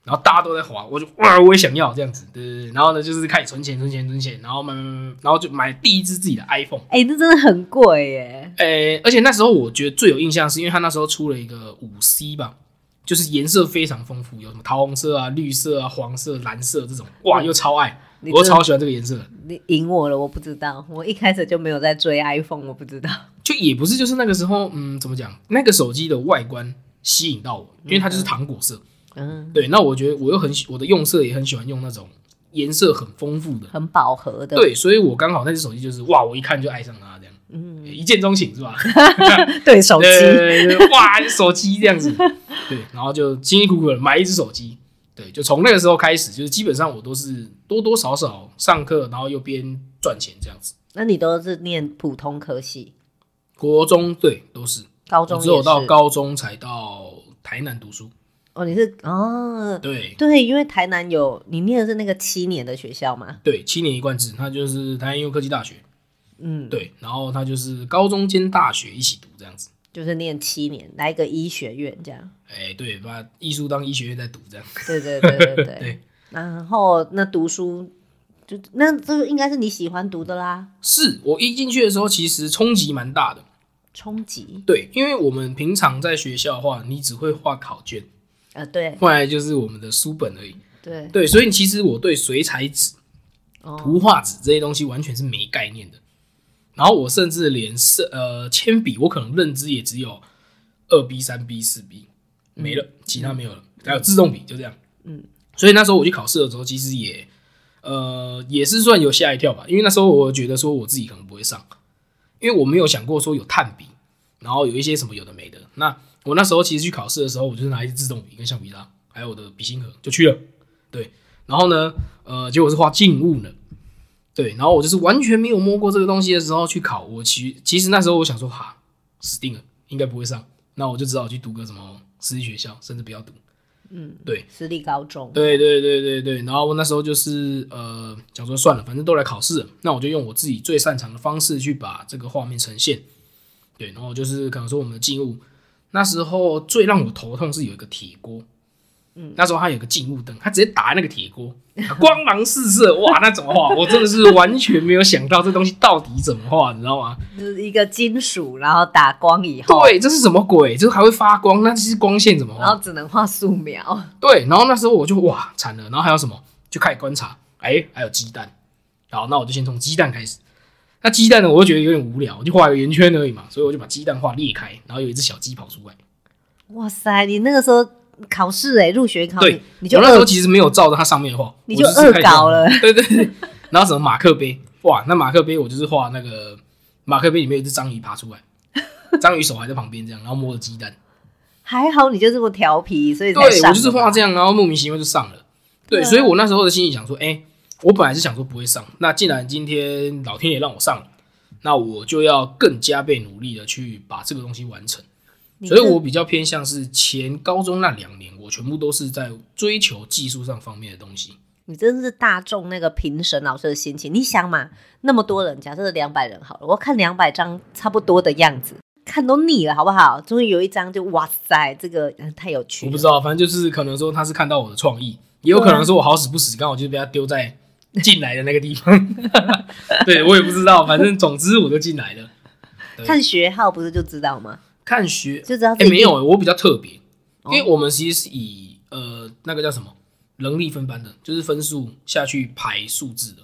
[SPEAKER 2] 然后大家都在滑，我就哇我也想要这样子，对对对。然后呢，就是开始存钱、存钱、存钱，然后买买买买，买然后就买第一支自己的 iPhone。
[SPEAKER 1] 哎、那真的很贵耶。
[SPEAKER 2] 诶、而且那时候我觉得最有印象，是因为他那时候出了一个五 C 吧，就是颜色非常丰富，有什么桃红色啊、绿色啊、黄色、蓝色这种，哇，又超爱，
[SPEAKER 1] 你
[SPEAKER 2] 我
[SPEAKER 1] 真的
[SPEAKER 2] 超喜欢这个颜色的。
[SPEAKER 1] 你赢我了，我不知道，我一开始就没有在追 iPhone，我不知道。
[SPEAKER 2] 就也不是，就是那个时候，嗯，怎么讲？那个手机的外观吸引到我，因为它就是糖果色。
[SPEAKER 1] 嗯，
[SPEAKER 2] 对，那我觉得我又很喜，我的用色也很喜欢用那种颜色很丰富的。
[SPEAKER 1] 很饱和的，
[SPEAKER 2] 对，所以我刚好那只手机就是哇，我一看就爱上它这样，嗯，一见钟情是 吧？
[SPEAKER 1] 对手机，
[SPEAKER 2] 对对对哇，手机这 样子，对，然后就辛辛苦苦的买一只手机，对，就从那个时候开始，就是基本上我都是多多少少上课，然后又边赚钱这样子。
[SPEAKER 1] 那你都是念普通科系，
[SPEAKER 2] 国中对都是，
[SPEAKER 1] 高
[SPEAKER 2] 我
[SPEAKER 1] 中
[SPEAKER 2] 只有
[SPEAKER 1] 也
[SPEAKER 2] 到
[SPEAKER 1] 是
[SPEAKER 2] 高中才到台南读书，
[SPEAKER 1] 哦，你是哦，
[SPEAKER 2] 对
[SPEAKER 1] 对，因为台南有你念的是那个七年的学校嘛，
[SPEAKER 2] 对，七年一贯制，他就是台南应用科技大学，
[SPEAKER 1] 嗯，
[SPEAKER 2] 对，然后他就是高中兼大学一起读这样子。
[SPEAKER 1] 就是念七年，来个医学院这样。
[SPEAKER 2] 哎，对，把艺术当医学院在读这样，
[SPEAKER 1] 对对对对对
[SPEAKER 2] 对。
[SPEAKER 1] 然后那读书就那这应该是你喜欢读的啦，
[SPEAKER 2] 是我一进去的时候，其实冲击蛮大的。
[SPEAKER 1] 冲击
[SPEAKER 2] 对，因为我们平常在学校的话，你只会画考卷，
[SPEAKER 1] 呃，对
[SPEAKER 2] 后来就是我们的书本而已。
[SPEAKER 1] 对
[SPEAKER 2] 对，所以其实我对水彩纸、
[SPEAKER 1] 哦，
[SPEAKER 2] 图画纸这些东西完全是没概念的。然后我甚至连色呃铅笔，我可能认知也只有二 B、三 B、四 B，没了，其他没有了。还有自动笔，就这样。
[SPEAKER 1] 嗯，
[SPEAKER 2] 所以那时候我去考试的时候，其实也呃也是算有吓一跳吧，因为那时候我觉得说我自己可能不会上，因为我没有想过说有炭笔，然后有一些什么有的没的。那我那时候其实去考试的时候，我就是拿一支自动笔跟橡皮擦，还有我的笔芯盒就去了。对，然后呢，呃，结果是画静物呢。对，然后我就是完全没有摸过这个东西的时候去考，我其其实那时候我想说，哈，死定了，应该不会上，那我就只好去读个什么私立学校，甚至不要读。
[SPEAKER 1] 私立高中，
[SPEAKER 2] 对对对对对，然后我那时候就是呃，想说算了，反正都来考试了，那我就用我自己最擅长的方式去把这个画面呈现。对，然后就是可能说我们的静物，那时候最让我头痛是有一个铁锅，嗯，那时候它有个静物灯，它直接打在那个铁锅，光芒四射，哇，那怎么画？我真的是完全没有想到这东西到底怎么画，你知道吗？
[SPEAKER 1] 就是一个金属，然后打光以后，
[SPEAKER 2] 对，这是什么鬼？就是还会发光，那是光线怎么画
[SPEAKER 1] 然？后只能画素描，
[SPEAKER 2] 对，然后那时候我就哇惨了，然后还有什么就开始观察，哎，还有鸡蛋，好，那我就先从鸡蛋开始。那鸡蛋呢，我就觉得有点无聊，我就画一个圆圈而已嘛，所以我就把鸡蛋画裂开，然后有一只小鸡跑出来。
[SPEAKER 1] 哇塞，你那个时候考试哎，入学考
[SPEAKER 2] 对
[SPEAKER 1] 你，你就
[SPEAKER 2] 我那时候
[SPEAKER 1] 二
[SPEAKER 2] 其实没有照着它上面画，
[SPEAKER 1] 你
[SPEAKER 2] 我
[SPEAKER 1] 就
[SPEAKER 2] 只是
[SPEAKER 1] 恶
[SPEAKER 2] 开始
[SPEAKER 1] 搞
[SPEAKER 2] 画
[SPEAKER 1] 了
[SPEAKER 2] 对对对，然后什么马克杯，哇，那马克杯我就是画那个马克杯里面有一只章鱼爬出来，章鱼手还在旁边这样，然后摸着鸡蛋。
[SPEAKER 1] 还好，你就这么调皮，所以才
[SPEAKER 2] 对
[SPEAKER 1] 上
[SPEAKER 2] 我就是
[SPEAKER 1] 的嘛
[SPEAKER 2] 画这样，然后莫名其妙就上了。对，
[SPEAKER 1] 对啊
[SPEAKER 2] 所以我那时候的心里想说，哎、我本来是想说不会上，那既然今天老天爷让我上了，那我就要更加倍努力的去把这个东西完成。
[SPEAKER 1] 你
[SPEAKER 2] 所以
[SPEAKER 1] 这
[SPEAKER 2] 我比较偏向是前高中那两年，我全部都是在追求技术上方面的东西。
[SPEAKER 1] 你真是大众那个评审老师的心情。你想嘛，那么多人，假设两百人好了，我看两百张差不多的样子，看都腻了，好不好？终于有一张就哇塞，这个、嗯太有趣
[SPEAKER 2] 我
[SPEAKER 1] 了，
[SPEAKER 2] 不知道，反正就是可能说他是看到我的创意，也有可能说我好死不死，刚好就被他 丢在 进来的那个地方。对我也不知道，反正总之我就进来了。对
[SPEAKER 1] 看学号不是就知道吗？
[SPEAKER 2] 看学，
[SPEAKER 1] 就知道自
[SPEAKER 2] 哎、
[SPEAKER 1] 己
[SPEAKER 2] 没有、我比较特别，因
[SPEAKER 1] 哦
[SPEAKER 2] 为我们其实是以呃那个叫什么能力分班的，就是分数下去排数字的，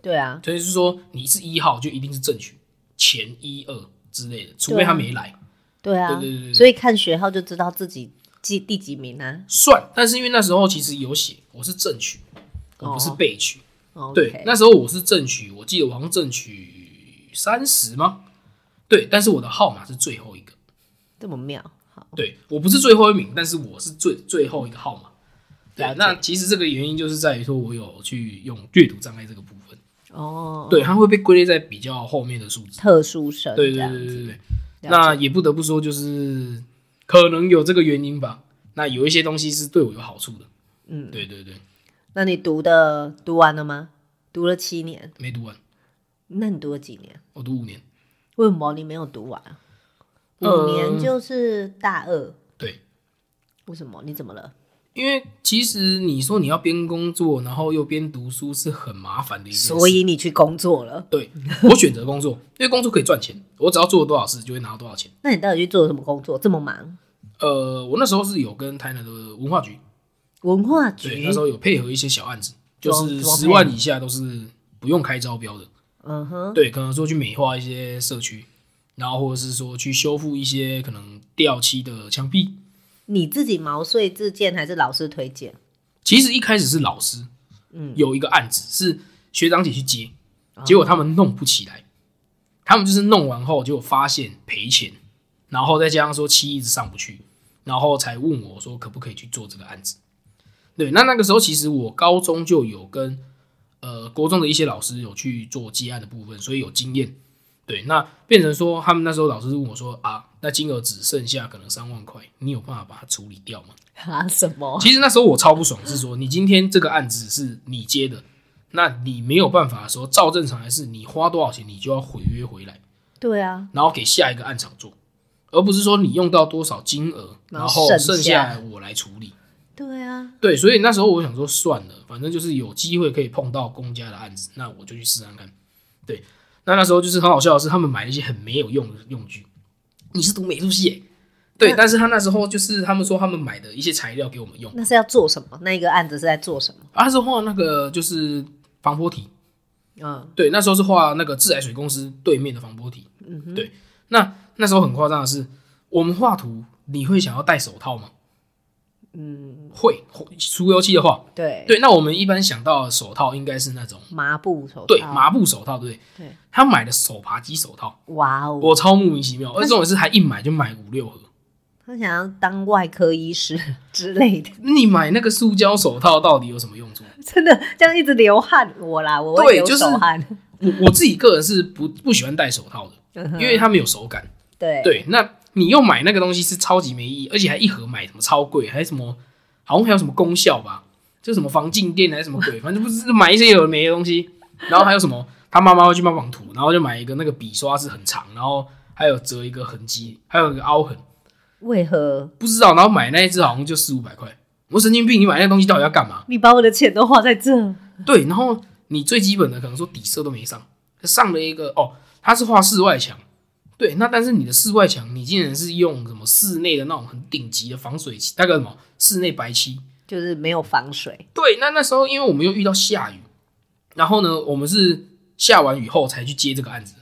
[SPEAKER 1] 对啊，
[SPEAKER 2] 所以就是说你是一号就一定是正取前一二之类的，除非他没来、
[SPEAKER 1] 对啊，
[SPEAKER 2] 对对对对
[SPEAKER 1] 所以看学号就知道自己第第几名啊。
[SPEAKER 2] 算。但是因为那时候其实有写我是正取，我不是
[SPEAKER 1] 哦
[SPEAKER 2] 被取。对
[SPEAKER 1] OK，，
[SPEAKER 2] 那时候我是正取，我记得我好像正取三十吗？对，但是我的号码是最后一个。
[SPEAKER 1] 这么妙，好，
[SPEAKER 2] 对我不是最后一名，但是我是最最后一个号码。对啊
[SPEAKER 1] 了，解
[SPEAKER 2] 那其实这个原因就是在于说我有去用阅读障碍这个部分，
[SPEAKER 1] 哦，
[SPEAKER 2] 对，它会被归类在比较后面的数字。
[SPEAKER 1] 特殊生
[SPEAKER 2] 对
[SPEAKER 1] 这
[SPEAKER 2] 对
[SPEAKER 1] 样
[SPEAKER 2] 对对对
[SPEAKER 1] 子，
[SPEAKER 2] 对，
[SPEAKER 1] 了解
[SPEAKER 2] 那也不得不说，就是可能有这个原因吧。那有一些东西是对我有好处的，
[SPEAKER 1] 嗯，
[SPEAKER 2] 对对对，
[SPEAKER 1] 那你读的读完了吗？读了七年，
[SPEAKER 2] 没读完，
[SPEAKER 1] 那你读了几年？
[SPEAKER 2] 我读五年，
[SPEAKER 1] 为什么你没有读完啊？五
[SPEAKER 2] 呃
[SPEAKER 1] 年就是大二，
[SPEAKER 2] 对，
[SPEAKER 1] 为什么？你怎么了？
[SPEAKER 2] 因为其实你说你要边工作，然后又边读书是很麻烦的一件事。
[SPEAKER 1] 所以你去工作了？
[SPEAKER 2] 对我选择工作，因为工作可以赚钱，我只要做多少事就会拿到多少钱。
[SPEAKER 1] 那你到底去做什么工作？这么忙？
[SPEAKER 2] 呃，我那时候是有跟台南的文化局，
[SPEAKER 1] 文化
[SPEAKER 2] 对，
[SPEAKER 1] 局
[SPEAKER 2] 那时？候有配合一些小案子，就
[SPEAKER 1] 装
[SPEAKER 2] 是
[SPEAKER 1] 装
[SPEAKER 2] 十
[SPEAKER 1] 配
[SPEAKER 2] 万以下都是不用开招标的，
[SPEAKER 1] 嗯哼，
[SPEAKER 2] 对，可能说去美化一些社区，然后或者是说去修复一些可能掉漆的墙壁。
[SPEAKER 1] 你自己毛遂自荐还是老师推荐？
[SPEAKER 2] 其实一开始是老师，
[SPEAKER 1] 嗯，
[SPEAKER 2] 有一个案子是学长姐去接，结果他们弄不起来，他们就是弄完后就发现赔钱，然后再加上说漆一直上不去，然后才问我说可不可以去做这个案子。对，那那个时候其实我高中就有跟呃国中的一些老师有去做接案的部分，所以有经验。对，那变成说他们那时候老师问我说啊，那金额只剩下可能三万块，你有办法把它处理掉吗？
[SPEAKER 1] 啊什么？
[SPEAKER 2] 其实那时候我超不爽，是说你今天这个案子是你接的，那你没有办法的时候，照正常来是，你花多少钱你就要毁约回来，
[SPEAKER 1] 对啊，
[SPEAKER 2] 然后给下一个案场做，而不是说你用到多少金额，
[SPEAKER 1] 然
[SPEAKER 2] 然
[SPEAKER 1] 后
[SPEAKER 2] 后
[SPEAKER 1] 剩
[SPEAKER 2] 剩
[SPEAKER 1] 下
[SPEAKER 2] 下来我来处理。
[SPEAKER 1] 对啊，
[SPEAKER 2] 对，所以那时候我想说算了，反正就是有机会可以碰到公家的案子，那我就去试看看。对，那那时候就是很好笑的是，他们买了一些很没有用的用具。你是读美术系耶、
[SPEAKER 1] 嗯
[SPEAKER 2] 对，但是他那时候就是他们说他们买的一些材料给我们用。
[SPEAKER 1] 那是要做什么？那一个案子是在做什么？
[SPEAKER 2] 啊他是画那个就是防波堤，
[SPEAKER 1] 嗯，
[SPEAKER 2] 对，那时候是画那个自来水公司对面的防波堤，嗯哼，对。那那时候很夸张的是，我们画图你会想要戴手套吗？嗯，会，会除油漆的话，
[SPEAKER 1] 对，
[SPEAKER 2] 对。那我们一般想到的手套应该是那种
[SPEAKER 1] 麻布手套，
[SPEAKER 2] 对麻布手套，对不啊对？
[SPEAKER 1] 对。
[SPEAKER 2] 他买的手扒鸡手套，
[SPEAKER 1] 哇哦，
[SPEAKER 2] 我超莫名其妙，而且重点是还一买就买五六盒。
[SPEAKER 1] 他想要当外科医师之类的，
[SPEAKER 2] 你买那个塑胶手套到底有什么用处？
[SPEAKER 1] 真的这样一直流汗，我啦，我会
[SPEAKER 2] 对
[SPEAKER 1] 流
[SPEAKER 2] 就是
[SPEAKER 1] 手汗，
[SPEAKER 2] 我我自己个人是不不喜欢戴手套的，
[SPEAKER 1] 嗯哼
[SPEAKER 2] 因为它没有手感。
[SPEAKER 1] 对
[SPEAKER 2] 对，那你又买那个东西是超级没意义，而且还一盒买什么超贵，还什么好像还有什么功效吧，就什么防静电还是什么鬼，反 正不是买一些有的没的东西。然后还有什么，他妈妈会去帮忙涂，然后就买一个那个笔刷是很长，然后还有折一个痕迹，还有一个凹痕，
[SPEAKER 1] 为何
[SPEAKER 2] 不知道。然后买那一只好像就四五百块，我神经病，你买那东西到底要干嘛？
[SPEAKER 1] 你把我的钱都花在这？
[SPEAKER 2] 对，然后你最基本的可能说底色都没上，上了一个哦，它是画室外墙，对，那但是你的室外墙，你竟然是用什么室内的那种很顶级的防水漆，那个什么室内白漆，
[SPEAKER 1] 就是没有防水，
[SPEAKER 2] 对，那那时候因为我们又遇到下雨，然后呢，我们是下完雨后才去接这个案子，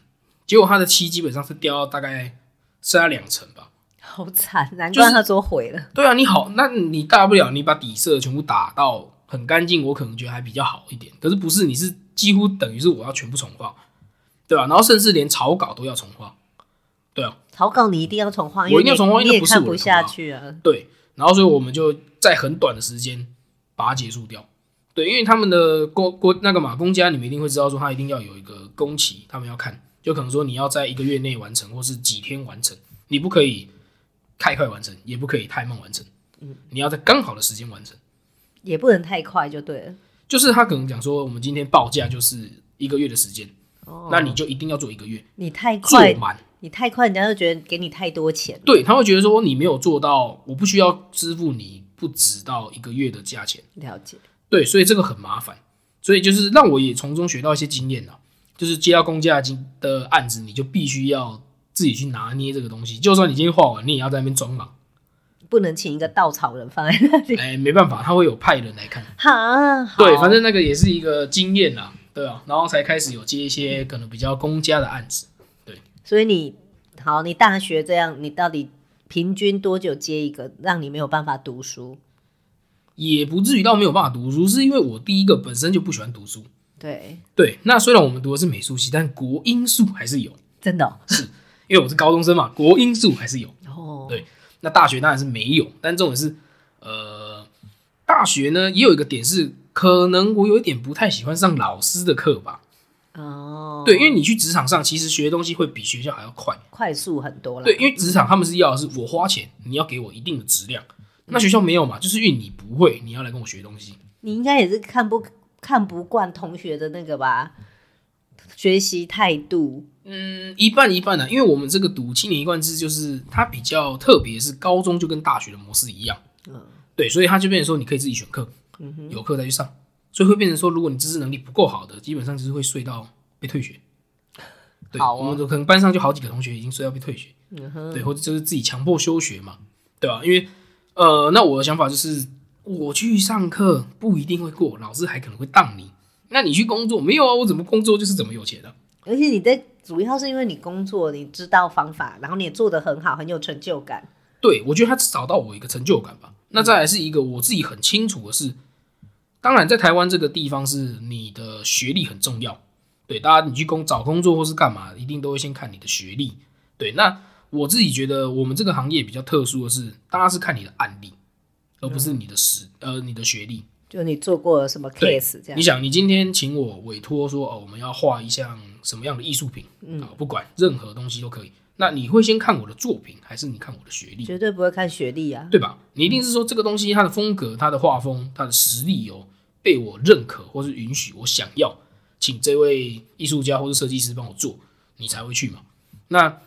[SPEAKER 2] 结果它的漆基本上是掉到大概剩下两层吧。
[SPEAKER 1] 好惨，难
[SPEAKER 2] 就是
[SPEAKER 1] 怪他说毁了。
[SPEAKER 2] 对啊，你好，那你大不了你把底色全部打到很干净，我可能觉得还比较好一点。可是不是，你是几乎等于是我要全部重画，对啊吧、然后甚至连草稿都要重画，对啊，
[SPEAKER 1] 草稿你一定要重画，
[SPEAKER 2] 我
[SPEAKER 1] 因为
[SPEAKER 2] 一定要
[SPEAKER 1] 你
[SPEAKER 2] 重画因为
[SPEAKER 1] 你也
[SPEAKER 2] 那不是
[SPEAKER 1] 看
[SPEAKER 2] 我
[SPEAKER 1] 不
[SPEAKER 2] 的
[SPEAKER 1] 下
[SPEAKER 2] 图啊
[SPEAKER 1] 去啊。
[SPEAKER 2] 对。然后所以我们就在很短的时间把它结束掉。对，因为他们的国国那个马公家，你们一定会知道说他一定要有一个工期，他们要看，就可能说你要在一个月内完成，或是几天完成，你不可以太快完成，也不可以太慢完成，你要在刚好的时间完成。
[SPEAKER 1] 也不能太快就对了。
[SPEAKER 2] 就是他可能讲说，我们今天报价就是一个月的时间，
[SPEAKER 1] 哦
[SPEAKER 2] 那你就一定要做一个月
[SPEAKER 1] 你太
[SPEAKER 2] 做
[SPEAKER 1] 快，
[SPEAKER 2] 满。
[SPEAKER 1] 你太快，人家就觉得给你太多钱。
[SPEAKER 2] 对，他会觉得说你没有做到，我不需要支付你不止到一个月的价钱。
[SPEAKER 1] 了解，
[SPEAKER 2] 对，所以这个很麻烦，所以就是让我也从中学到一些经验啊，就是接到公家的经的案子，你就必须要自己去拿捏这个东西。就算你今天画完，你也要在那边装忙。
[SPEAKER 1] 不能请一个稻草人放在那 里。
[SPEAKER 2] 哎、没办法，他会有派人来看。
[SPEAKER 1] 哈，好
[SPEAKER 2] 对，反正那个也是一个经验啦，对啊，然后才开始有接一些可能比较公家的案子。
[SPEAKER 1] 所以你好，你大学这样，你到底平均多久接一个，让你没有办法读书？
[SPEAKER 2] 也不至于到没有办法读书，是因为我第一个本身就不喜欢读书。
[SPEAKER 1] 对，
[SPEAKER 2] 对，那虽然我们读的是美术系，但国英数还是有，
[SPEAKER 1] 真的
[SPEAKER 2] 因为我是高中生嘛，国英数还是有。
[SPEAKER 1] 哦。
[SPEAKER 2] 对那大学当然是没有，但重点是，呃，大学呢也有一个点是，可能我有一点不太喜欢上老师的课吧。
[SPEAKER 1] 哦，
[SPEAKER 2] 对，因为你去职场上，其实学的东西会比学校还要快。
[SPEAKER 1] 快速很多了。
[SPEAKER 2] 对，因为职场他们是要的是我花钱，你要给我一定的质量。那学校没有嘛，就是因为你不会，你要来跟我学东西。
[SPEAKER 1] 你应该也是看不看不惯同学的那个吧，学习态度。
[SPEAKER 2] 嗯，一半一半的、因为我们这个读七年一贯制，就是它比较特别，是高中就跟大学的模式一样。
[SPEAKER 1] 嗯
[SPEAKER 2] 对，所以它就变成说，你可以自己选课，
[SPEAKER 1] 嗯哼，
[SPEAKER 2] 有课再去上，所以会变成说，如果你知识能力不够好的，基本上就是会睡到被退学。对，
[SPEAKER 1] 好哦
[SPEAKER 2] 我们可能班上就好几个同学已经睡到被退学，
[SPEAKER 1] 嗯哼，
[SPEAKER 2] 对，或者就是自己强迫休学嘛，对啊吧、因为呃，那我的想法就是，我去上课不一定会过，老师还可能会当你。那你去工作没有啊？我怎么工作就是怎么有钱的、啊
[SPEAKER 1] 而且你在主要是因为你工作，你知道方法，然后你也做得很好，很有成就感。
[SPEAKER 2] 对，我觉得他找到我一个成就感吧。那再来是一个我自己很清楚的是，当然在台湾这个地方是你的学历很重要。对，大家你去工找工作或是干嘛，一定都会先看你的学历。对，那我自己觉得我们这个行业比较特殊的是，大家是看你的案例，而不是你的实呃你的学历。
[SPEAKER 1] 就你做过了什么
[SPEAKER 2] 对
[SPEAKER 1] case 这样
[SPEAKER 2] 你，想，你今天请我委托说哦，我们要画一项什么样的艺术品啊、不管任何东西都可以。那你会先看我的作品，还是你看我的学历？
[SPEAKER 1] 绝对不会看学历啊。
[SPEAKER 2] 对吧？你一定是说这个东西它的风格、它的画风、它的实力有被我认可或是允许，我想要请这位艺术家或是设计师帮我做，你才会去嘛。那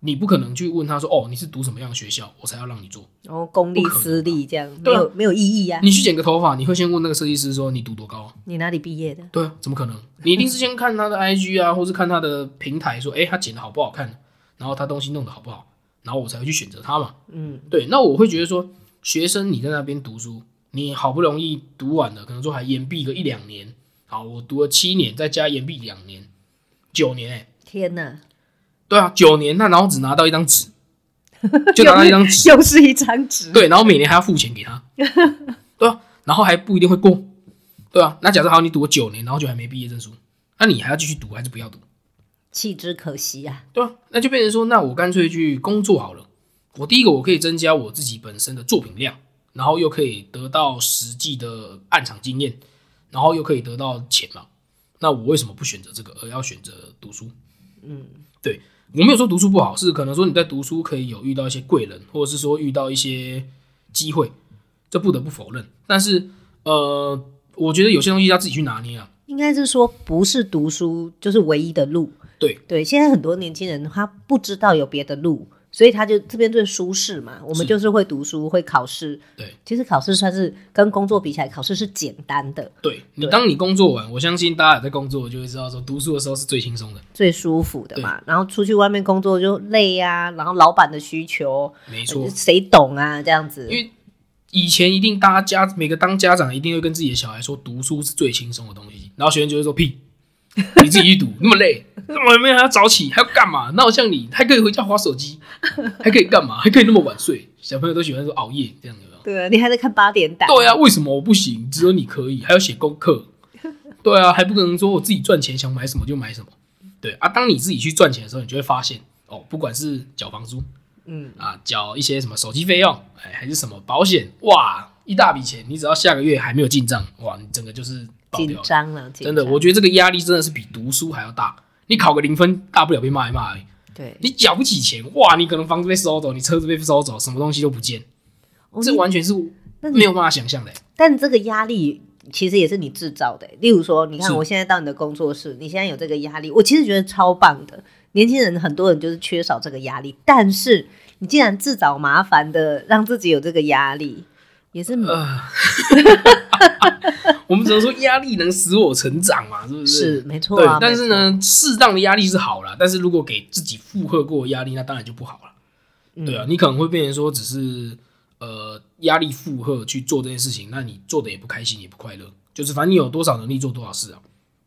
[SPEAKER 2] 你不可能去问他说：“哦，你是读什么样的学校，我才要让你做
[SPEAKER 1] 然后公立
[SPEAKER 2] 不可能
[SPEAKER 1] 私立这样，没
[SPEAKER 2] 对啊
[SPEAKER 1] 有没有意义啊？”。
[SPEAKER 2] 你去剪个头发，你会先问那个设计师说：“你读多高啊
[SPEAKER 1] 你哪里毕业的？”？
[SPEAKER 2] 对啊，怎么可能？你一定是先看他的 IG 啊，或是看他的平台，说：“诶，他剪的好不好看？然后他东西弄得好不好？”然后我才会去选择他嘛。
[SPEAKER 1] 嗯，
[SPEAKER 2] 对，那我会觉得说，学生你在那边读书，你好不容易读完了，可能说还延毕个一两年。好，我读了七年，再加延毕两年，九年哎、
[SPEAKER 1] 天哪，
[SPEAKER 2] 对啊，九年，那然后只拿到一张 纸，就拿到一张纸，
[SPEAKER 1] 又是一张纸。
[SPEAKER 2] 对，然后每年还要付钱给他，对啊，然后还不一定会过，对啊，那假设好，你读了九年，然后就还没毕业证书，那你还要继续读还是不要读？
[SPEAKER 1] 弃之可惜啊！
[SPEAKER 2] 对啊，那就变成说，那我干脆去工作好了。我第一个我可以增加我自己本身的作品量，然后又可以得到实际的暗场经验，然后又可以得到钱嘛。那我为什么不选择这个，而要选择读书？嗯，对我没有说读书不好，是可能说你在读书可以有遇到一些贵人，或者是说遇到一些机会，这不得不否认。但是呃，我觉得有些东西要自己去拿捏啊。
[SPEAKER 1] 应该是说不是读书就是唯一的路。
[SPEAKER 2] 对
[SPEAKER 1] 对，现在很多年轻人他不知道有别的路，所以他就这边最舒适嘛。我们就是会读书，会考试。
[SPEAKER 2] 对，
[SPEAKER 1] 其实考试算是跟工作比起来，考试是简单的，
[SPEAKER 2] 对你，
[SPEAKER 1] 对
[SPEAKER 2] 当你工作完，我相信大家也在工作，就会知道说读书的时候是最轻松的。
[SPEAKER 1] 最舒服的嘛。然后出去外面工作就累呀、然后老板的需求
[SPEAKER 2] 没错，
[SPEAKER 1] 谁懂啊？这样子
[SPEAKER 2] 因，为以前一定大家家每个当家长一定会跟自己的小孩说，读书是最轻松的东西，然后学生就会说屁，你自己去读那么累，干嘛没有还要早起，还要干嘛？那我像你还可以回家划手机，还可以干嘛？还可以那么晚睡，小朋友都喜欢说熬夜这样有没有？
[SPEAKER 1] 对啊，你还在看八点档？
[SPEAKER 2] 对啊，为什么我不行？只有你可以，还要写 功课。对啊，还不可能说我自己赚钱想买什么就买什么。对啊，当你自己去赚钱的时候，你就会发现哦，不管是缴房租，
[SPEAKER 1] 嗯
[SPEAKER 2] 啊，缴一些什么手机费用，哎，还是什么保险，哇，一大笔钱，你只要下个月还没有进账，哇，你整个就是爆
[SPEAKER 1] 紧
[SPEAKER 2] 掉。
[SPEAKER 1] 张了，紧
[SPEAKER 2] 真的，
[SPEAKER 1] 张
[SPEAKER 2] 我觉得这个压力真的是比读书还要大。你考个零分，大不了被骂一骂而已。
[SPEAKER 1] 对，
[SPEAKER 2] 你缴不起钱，哇，你可能房子被收走，你车子被收走，什么东西都不见，
[SPEAKER 1] 哦
[SPEAKER 2] 这
[SPEAKER 1] 你
[SPEAKER 2] 完全是
[SPEAKER 1] 那
[SPEAKER 2] 没有办法想象的、
[SPEAKER 1] 但这个压力其实也是你制造的欸。例如说，你看
[SPEAKER 2] 是
[SPEAKER 1] 我现在到你的工作室，你现在有这个压力，我其实觉得超棒的。年轻人很多人就是缺少这个压力，但是你竟然自找麻烦的让自己有这个压力，也是、
[SPEAKER 2] 呃，我们只能说压力能使我成长嘛，是不
[SPEAKER 1] 是没错
[SPEAKER 2] 对
[SPEAKER 1] 啊。，
[SPEAKER 2] 但是
[SPEAKER 1] 没
[SPEAKER 2] 呢，适当的压力是好啦，但是如果给自己负荷过的压力，那当然就不好了。
[SPEAKER 1] 嗯
[SPEAKER 2] 对啊，你可能会变成说只是呃压力负荷去做这件事情，那你做的也不开心，也不快乐，就是反正你有多少能力做多少事啊。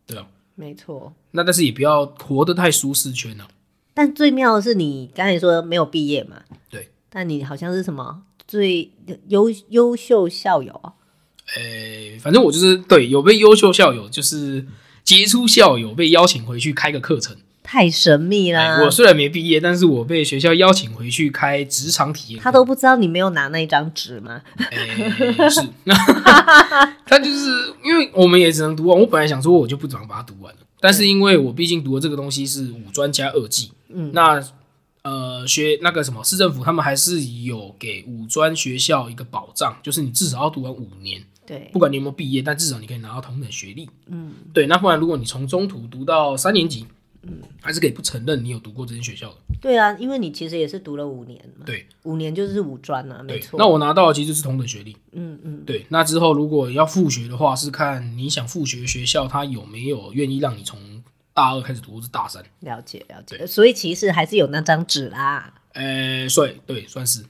[SPEAKER 2] 对啊，
[SPEAKER 1] 错没错。
[SPEAKER 2] 那但是也不要活得太舒适圈啊了、
[SPEAKER 1] 但最妙的是，你刚才说没有毕业嘛？
[SPEAKER 2] 对。
[SPEAKER 1] 但你好像是什么最优优秀校友啊？
[SPEAKER 2] 诶、反正我就是对有被优秀校友，就是杰出校友被邀请回去开个课程。
[SPEAKER 1] 太神秘啦！
[SPEAKER 2] 哎我虽然没毕业，但是我被学校邀请回去开职场体验课。
[SPEAKER 1] 他都不知道你没有拿那一张纸吗？
[SPEAKER 2] 哎，是， 他就是因为我们也只能读完。我本来想说我就不想把它读完了，但是因为我毕竟读的这个东西是五专加二技，
[SPEAKER 1] 嗯，
[SPEAKER 2] 那呃学那个什么市政府他们还是有给五专学校一个保障，就是你至少要读完五年，
[SPEAKER 1] 对
[SPEAKER 2] 不，管你有没有毕业，但至少你可以拿到同等学历。
[SPEAKER 1] 嗯，
[SPEAKER 2] 对，那不然如果你从中途读到三年级，嗯，还是可以不承认你有读过这间学校的。
[SPEAKER 1] 对啊，因为你其实也是读了五年嘛，
[SPEAKER 2] 对，
[SPEAKER 1] 五年就是五专啊，没
[SPEAKER 2] 对，
[SPEAKER 1] 错。
[SPEAKER 2] 那我拿到的其实就是同等学历。
[SPEAKER 1] 嗯嗯，
[SPEAKER 2] 对，那之后如果要复学的话，是看你想复学学校它有没有愿意让你从大二开始读，或是大三。
[SPEAKER 1] 了解了解。所以其实还是有那张纸啦，
[SPEAKER 2] 呃，算对，算是。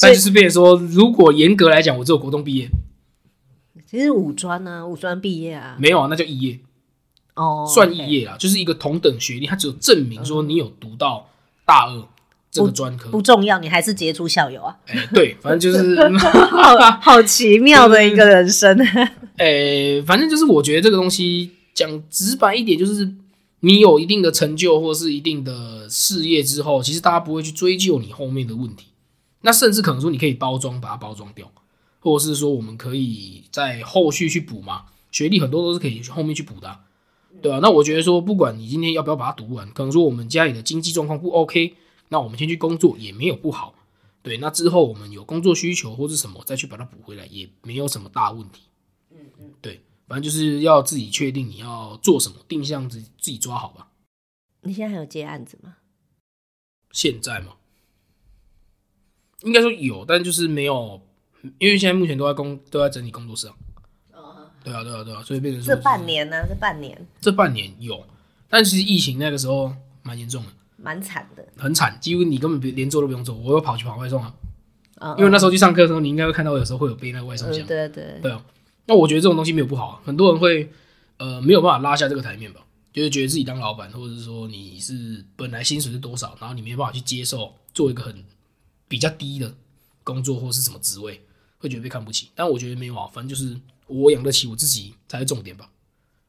[SPEAKER 2] 那就是变成说，如果严格来讲，我只有国中毕业，
[SPEAKER 1] 其实五专啊，五专毕业啊，
[SPEAKER 2] 没有啊，那叫肄业，
[SPEAKER 1] 哦，
[SPEAKER 2] 算
[SPEAKER 1] OK
[SPEAKER 2] 肄业啦，就是一个同等学历，它只有证明说你有读到大二这个专科
[SPEAKER 1] 不。重要，你还是杰出校友啊，
[SPEAKER 2] 哎，对，反正就是，啊
[SPEAKER 1] 好好奇妙的一个人生。
[SPEAKER 2] 哎，反正就是，我觉得这个东西讲直白一点，就是你有一定的成就或是一定的事业之后，其实大家不会去追究你后面的问题。那甚至可能说你可以包装，把它包装掉，或者是说我们可以在后续去补嘛。学历很多都是可以后面去补的啊、对啊，那我觉得说，不管你今天要不要把它读完，可能说我们家里的经济状况不 OK，那我们先去工作也没有不好。对，那之后我们有工作需求或是什么，再去把它补回来，也没有什么大问题。嗯嗯，对，反正就是要自己确定你要做什么，定向自己自己抓好吧。
[SPEAKER 1] 你现在还有接案子吗？
[SPEAKER 2] 现在嘛，应该说有，但就是没有，因为现在目前都在工都在整理工作室啊。对啊，对啊，对啊，所以变成说
[SPEAKER 1] 哦这
[SPEAKER 2] 就是
[SPEAKER 1] 半年呢、这半年
[SPEAKER 2] 这半年有，但其实疫情那个时候蛮严重的，
[SPEAKER 1] 蛮惨的，
[SPEAKER 2] 很惨，几乎你根本别连做都不用做，我又跑去跑外送啊，
[SPEAKER 1] 嗯
[SPEAKER 2] 因为那时候去上课的时候，你应该会看到我有时候会有背那个外送
[SPEAKER 1] 嗯
[SPEAKER 2] 箱
[SPEAKER 1] 嗯，，对对，
[SPEAKER 2] 对啊，那我觉得这种东西没有不好啊，很多人会呃没有办法拉下这个台面吧，就是觉得自己当老板，或者是说你是本来薪水是多少，然后你没办法去接受做一个很比较低的工作或是什么职位，会觉得被看不起。但我觉得没有啊，反正就是我养得起我自己才是重点吧。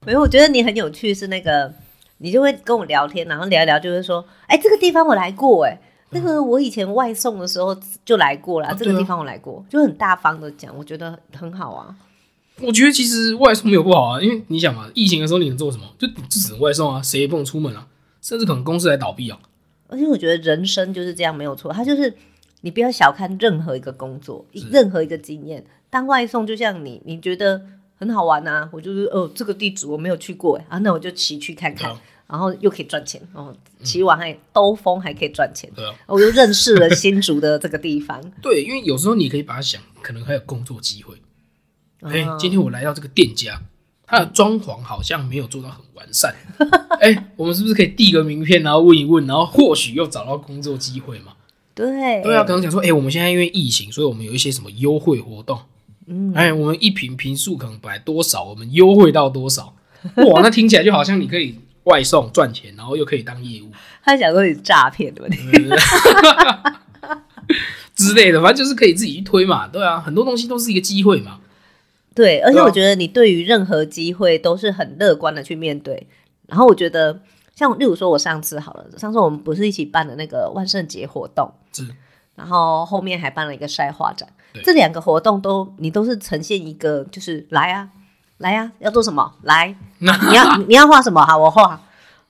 [SPEAKER 1] 没有，我觉得你很有趣，是那个你就会跟我聊天，然后聊一聊，就会说，哎、这个地方我来过、哎，那个我以前外送的时候就来过了，
[SPEAKER 2] 啊
[SPEAKER 1] 这个
[SPEAKER 2] 对啊
[SPEAKER 1] 地方我来过，就很大方的讲，我觉得很好啊。
[SPEAKER 2] 我觉得其实外送没有不好啊，因为你想嘛，疫情的时候你能做什么？就就只能外送啊，谁也不能出门啊，甚至可能公司还倒闭啊。
[SPEAKER 1] 而且我觉得人生就是这样，没有错，它就是你不要小看任何一个工作，任何一个经验。当外送就像你，你觉得很好玩啊，我就是哦，这个地址我没有去过、哎啊，那我就骑去看看
[SPEAKER 2] 对啊，
[SPEAKER 1] 然后又可以赚钱哦，
[SPEAKER 2] 嗯
[SPEAKER 1] 骑完还兜风还可以赚钱。
[SPEAKER 2] 对啊，
[SPEAKER 1] 我又认识了新竹的这个地方，
[SPEAKER 2] 对，因为有时候你可以把它想，可能还有工作机会。哎、
[SPEAKER 1] 哦
[SPEAKER 2] 今天我来到这个店家，它的装潢好像没有做到很完善。哎、我们是不是可以递个名片，然后问一问，然后或许又找到工作机会嘛？
[SPEAKER 1] 对
[SPEAKER 2] 对啊，可能想说，哎、我们现在因为疫情，所以我们有一些什么优惠活动。嗯，哎，我们一瓶瓶数可能本来多少，我们优惠到多少？哇，那听起来就好像你可以外送赚钱，然后又可以当业务。
[SPEAKER 1] 他想说你诈骗对不对？
[SPEAKER 2] 之类的，反正就是可以自己去推嘛，对啊，很多东西都是一个机会嘛，
[SPEAKER 1] 对，而且
[SPEAKER 2] 对啊
[SPEAKER 1] 我觉得你对于任何机会都是很乐观的去面对。然后我觉得，像例如说，我上次好了，上次我们不是一起办的那个万圣节活动，
[SPEAKER 2] 是
[SPEAKER 1] 然后后面还办了一个晒画展
[SPEAKER 2] 对，
[SPEAKER 1] 这两个活动都你都是呈现一个就是来啊来啊，要做什么 来，你要你要画什么好，我画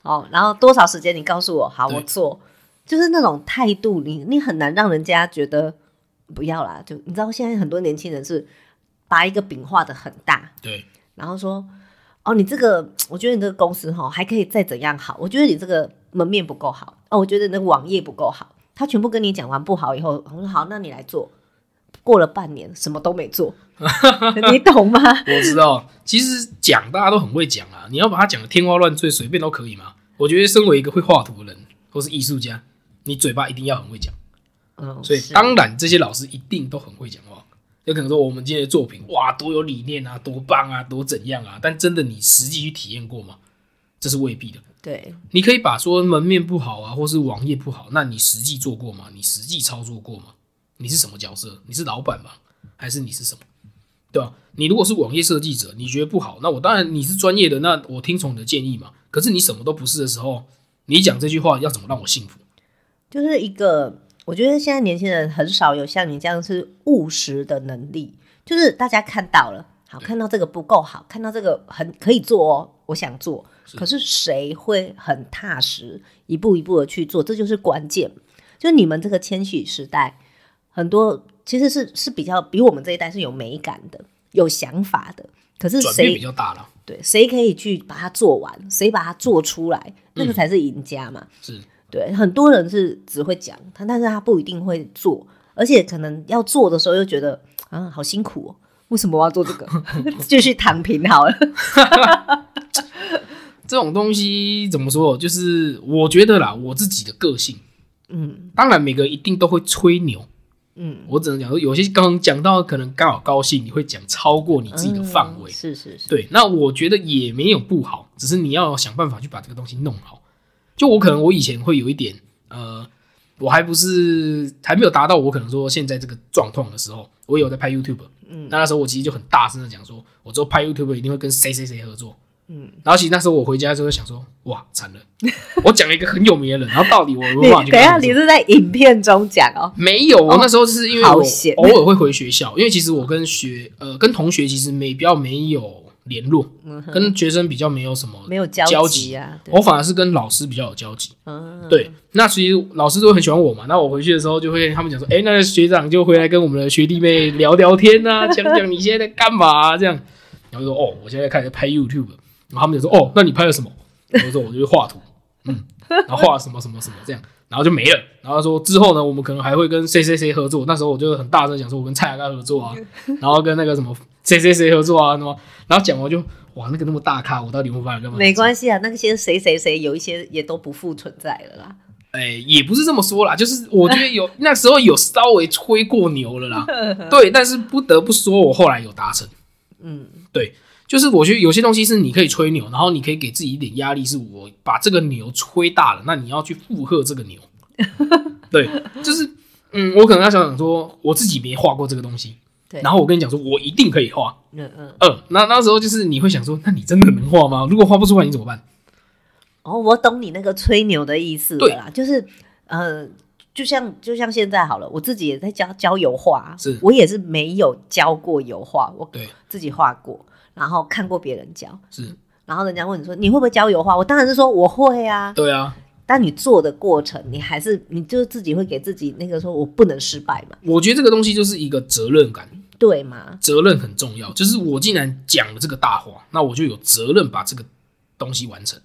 [SPEAKER 1] 好，然后多少时间你告诉我好，
[SPEAKER 2] 对
[SPEAKER 1] 我做，就是那种态度，你你很难让人家觉得不要啦，就你知道现在很多年轻人是把一个饼画的很大，
[SPEAKER 2] 对，
[SPEAKER 1] 然后说哦你这个我觉得你这个公司哈还可以再怎样好，我觉得你这个门面不够好，哦我觉得你的网页不够好，他全部跟你讲完不好以后，我说好那你来做，过了半年什么都没 做，你懂吗？
[SPEAKER 2] 我知道，其实讲大家都很会讲啊，你要把它讲的天花乱坠，随便都可以嘛。我觉得身为一个会画图的人或是艺术家，你嘴巴一定要很会讲。
[SPEAKER 1] 嗯，
[SPEAKER 2] 所以
[SPEAKER 1] 是
[SPEAKER 2] 当然这些老师一定都很会讲话，有可能说我们今天的作品哇多有理念啊，多棒啊，多怎样啊，但真的你实际去体验过吗？这是未必的。
[SPEAKER 1] 对，
[SPEAKER 2] 你可以把说门面不好啊，或是网页不好，那你实际做过吗？你实际操作过吗？你是什么角色？你是老板吗？还是你是什么？对吧、你如果是网页设计者，你觉得不好，那我当然你是专业的，那我听从你的建议嘛。可是你什么都不是的时候，你讲这句话要怎么让我信服？
[SPEAKER 1] 就是一个，我觉得现在年轻人很少有像你这样是务实的能力，就是大家看到了，好看到这个不够好，看到这个很可以做哦，我想做，可是谁会很踏实，一步一步的去做，这就是关键。就你们这个千禧时代，很多其实是是比较比我们这一代是有美感的，有想法的，可是
[SPEAKER 2] 转变
[SPEAKER 1] 谁
[SPEAKER 2] 比较大了，
[SPEAKER 1] 对谁可以去把它做完，谁把它做出来，那个
[SPEAKER 2] 嗯
[SPEAKER 1] 才是赢家嘛。
[SPEAKER 2] 是
[SPEAKER 1] 对，很多人是只会讲他，但是他不一定会做，而且可能要做的时候又觉得啊，好辛苦哦，为什么我要做这个？ 继续躺平好了。
[SPEAKER 2] 这种东西怎么说？就是我觉得啦，我自己的个性，嗯，当然每个一定都会吹牛，嗯，我只能讲说，有些刚讲到可能刚好高兴，你会讲超过你自己的范围，
[SPEAKER 1] 嗯是是是，
[SPEAKER 2] 对，那我觉得也没有不好，只是你要想办法去把这个东西弄好。就我可能我以前会有一点，呃，我还不是还没有达到我可能说现在这个状况的时候，我有在拍 YouTube，嗯，那那时候我其实就很大声的讲说，我之后拍 YouTube 一定会跟谁谁谁合作，嗯，然后其实那时候我回家之后想说，哇，惨了，我讲了一个很有名的人，然后到底我有
[SPEAKER 1] 你
[SPEAKER 2] 没有办法去
[SPEAKER 1] 等
[SPEAKER 2] 跟
[SPEAKER 1] 一
[SPEAKER 2] 他
[SPEAKER 1] 下，
[SPEAKER 2] 合作
[SPEAKER 1] 你是在影片中讲哦，
[SPEAKER 2] 没有，我那时候是因为
[SPEAKER 1] 好
[SPEAKER 2] 我
[SPEAKER 1] 险
[SPEAKER 2] 偶尔会回学校，因为其实我跟学呃跟同学其实没比较没有联络，跟学生比较没有什么
[SPEAKER 1] 嗯没有交
[SPEAKER 2] 交
[SPEAKER 1] 集
[SPEAKER 2] 集哦
[SPEAKER 1] 啊，对
[SPEAKER 2] 我反而是跟老师比较有交集。
[SPEAKER 1] 嗯，
[SPEAKER 2] 对，那其实老师都很喜欢我嘛。那我回去的时候就会他们讲说，哎、那个学长就回来跟我们的学弟妹聊聊天 呐、啊，讲讲你现在在干嘛、啊这样。然后就说哦，我现在开始拍 YouTube，然后他们就说哦，那你拍了什么？我就说我就是画图，嗯，然后画什么什么什么这样，然后就没了。然后说之后呢，我们可能还会跟谁谁谁合作。那时候我就很大声讲说，我跟蔡雅刚合 作啊，然后跟那个什么谁谁谁合作啊，什么。然后讲完就哇，那个那么大咖，我到底有没有办法干嘛？
[SPEAKER 1] 没关系啊，那些谁谁谁有一些也都不复存在了啦。
[SPEAKER 2] 哎、也不是这么说啦，就是我觉得有那时候有稍微吹过牛了啦，对，但是不得不说，我后来有达成，嗯，对，就是我觉得有些东西是你可以吹牛，然后你可以给自己一点压力，是我把这个牛吹大了，那你要去附和这个牛，对，就是嗯，我可能要想想说，我自己没画过这个东西，
[SPEAKER 1] 对
[SPEAKER 2] 然后我跟你讲说，我一定可以画，
[SPEAKER 1] 嗯嗯，
[SPEAKER 2] 嗯，那那时候就是你会想说，那你真的能画吗？如果画不出来，你怎么办？
[SPEAKER 1] 哦，我懂你那个吹牛的意思了啦，就是呃，就像就像现在好了，我自己也在教教油画啊，
[SPEAKER 2] 是
[SPEAKER 1] 我也是没有教过油画，我
[SPEAKER 2] 对，
[SPEAKER 1] 自己画过，然后看过别人教，
[SPEAKER 2] 是，
[SPEAKER 1] 然后人家问你说你会不会教油画，我当然是说我会啊。
[SPEAKER 2] 对啊，
[SPEAKER 1] 但你做的过程，你还是你就自己会给自己那个说我不能失败嘛，
[SPEAKER 2] 我觉得这个东西就是一个责任感。
[SPEAKER 1] 对吗？
[SPEAKER 2] 责任很重要，就是我既然讲了这个大话，那我就有责任把这个东西完成。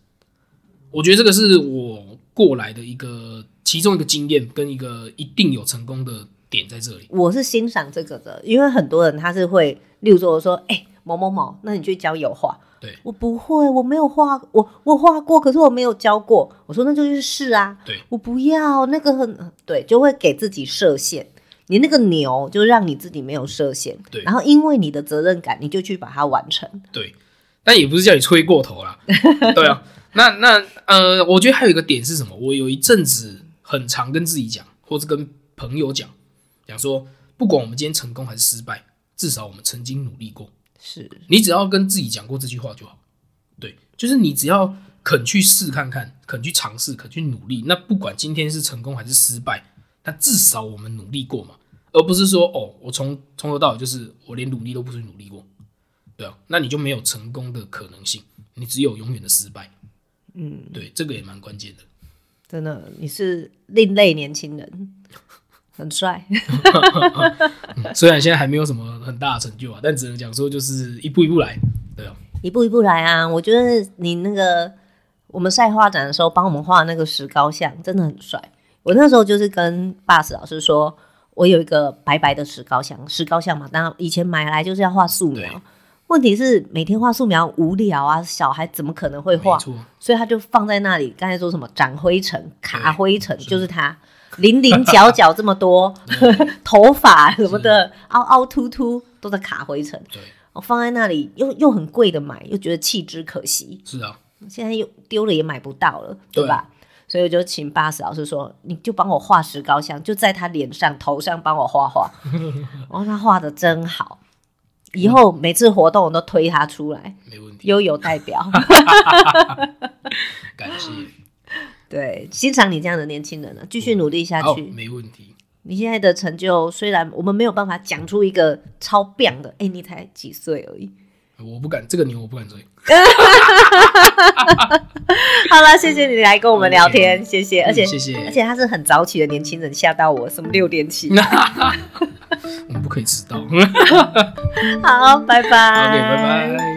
[SPEAKER 2] 我觉得这个是我过来的一个其中一个经验，跟一个一定有成功的点在这里。
[SPEAKER 1] 我是欣赏这个的，因为很多人他是会，例如说我说哎、某某某，那你去教油画，
[SPEAKER 2] 对
[SPEAKER 1] 我不会，我没有画，我我画过，可是我没有教过。我说那就去试啊，
[SPEAKER 2] 对，
[SPEAKER 1] 我不要那个很对，就会给自己设限。你那个牛就让你自己没有设限，
[SPEAKER 2] 对
[SPEAKER 1] 然后因为你的责任感，你就去把它完成。
[SPEAKER 2] 对，但也不是叫你吹过头啦。 对啊，那那呃，我觉得还有一个点是什么？我有一阵子很常跟自己讲，或是跟朋友讲，讲说，不管我们今天成功还是失败，至少我们曾经努力过。
[SPEAKER 1] 是，
[SPEAKER 2] 你只要跟自己讲过这句话就好。对，就是你只要肯去试看看，肯去尝试，肯去努力，那不管今天是成功还是失败，那至少我们努力过嘛，而不是说哦，我从从头到尾就是我连努力都不去努力过，对啊，那你就没有成功的可能性，你只有永远的失败。嗯，对，这个也蛮关键的。
[SPEAKER 1] 真的，你是另类年轻人，很帅。
[SPEAKER 2] 虽然现在还没有什么很大的成就啊，但只能讲说就是一步一步来，对啊，
[SPEAKER 1] 一步一步来啊！我觉得你那个我们晒画展的时候帮我们画那个石膏像真的很帅。我那时候就是跟 Bus 老师说，我有一个白白的石膏像，石膏像嘛，当然以前买来就是要画素描
[SPEAKER 2] 对。
[SPEAKER 1] 问题是每天画素描无聊啊，小孩怎么可能会
[SPEAKER 2] 没
[SPEAKER 1] 画？
[SPEAKER 2] 错，
[SPEAKER 1] 所以他就放在那里。刚才说什么长灰尘、卡
[SPEAKER 2] 对
[SPEAKER 1] 灰尘，就是他零零角角这么 多，
[SPEAKER 2] 嗯
[SPEAKER 1] 头发什么的凹凹凸凸都在卡灰尘。
[SPEAKER 2] 对，
[SPEAKER 1] 我哦放在那里又又很贵的买，又觉得弃之可惜，
[SPEAKER 2] 是啊，
[SPEAKER 1] 现在又丢了也买不到了，对
[SPEAKER 2] 对
[SPEAKER 1] 吧？所以我就请巴士老师说，你就帮我画石膏像，就在他脸上、头上帮我画 画。哦，他画的真好，以后每次活动我都推他出来，
[SPEAKER 2] 没问题，
[SPEAKER 1] 悠游代表。
[SPEAKER 2] 感谢，
[SPEAKER 1] 嗯对，欣赏你这样的年轻人呢、啊，继续努力下
[SPEAKER 2] 好，
[SPEAKER 1] 去。
[SPEAKER 2] 没问题，
[SPEAKER 1] 你现在的成就，虽然我们没有办法讲出一个超 bang 的，哎，你才几岁而已。
[SPEAKER 2] 我不敢这个牛，我不敢追，
[SPEAKER 1] 好了，谢谢你来跟我们聊天，谢谢，而且、
[SPEAKER 2] 嗯谢谢
[SPEAKER 1] 而且他是很早起的年轻人，吓到我，什么六点起。
[SPEAKER 2] 我们不可以迟到。OK，
[SPEAKER 1] 好，拜拜，
[SPEAKER 2] 拜拜。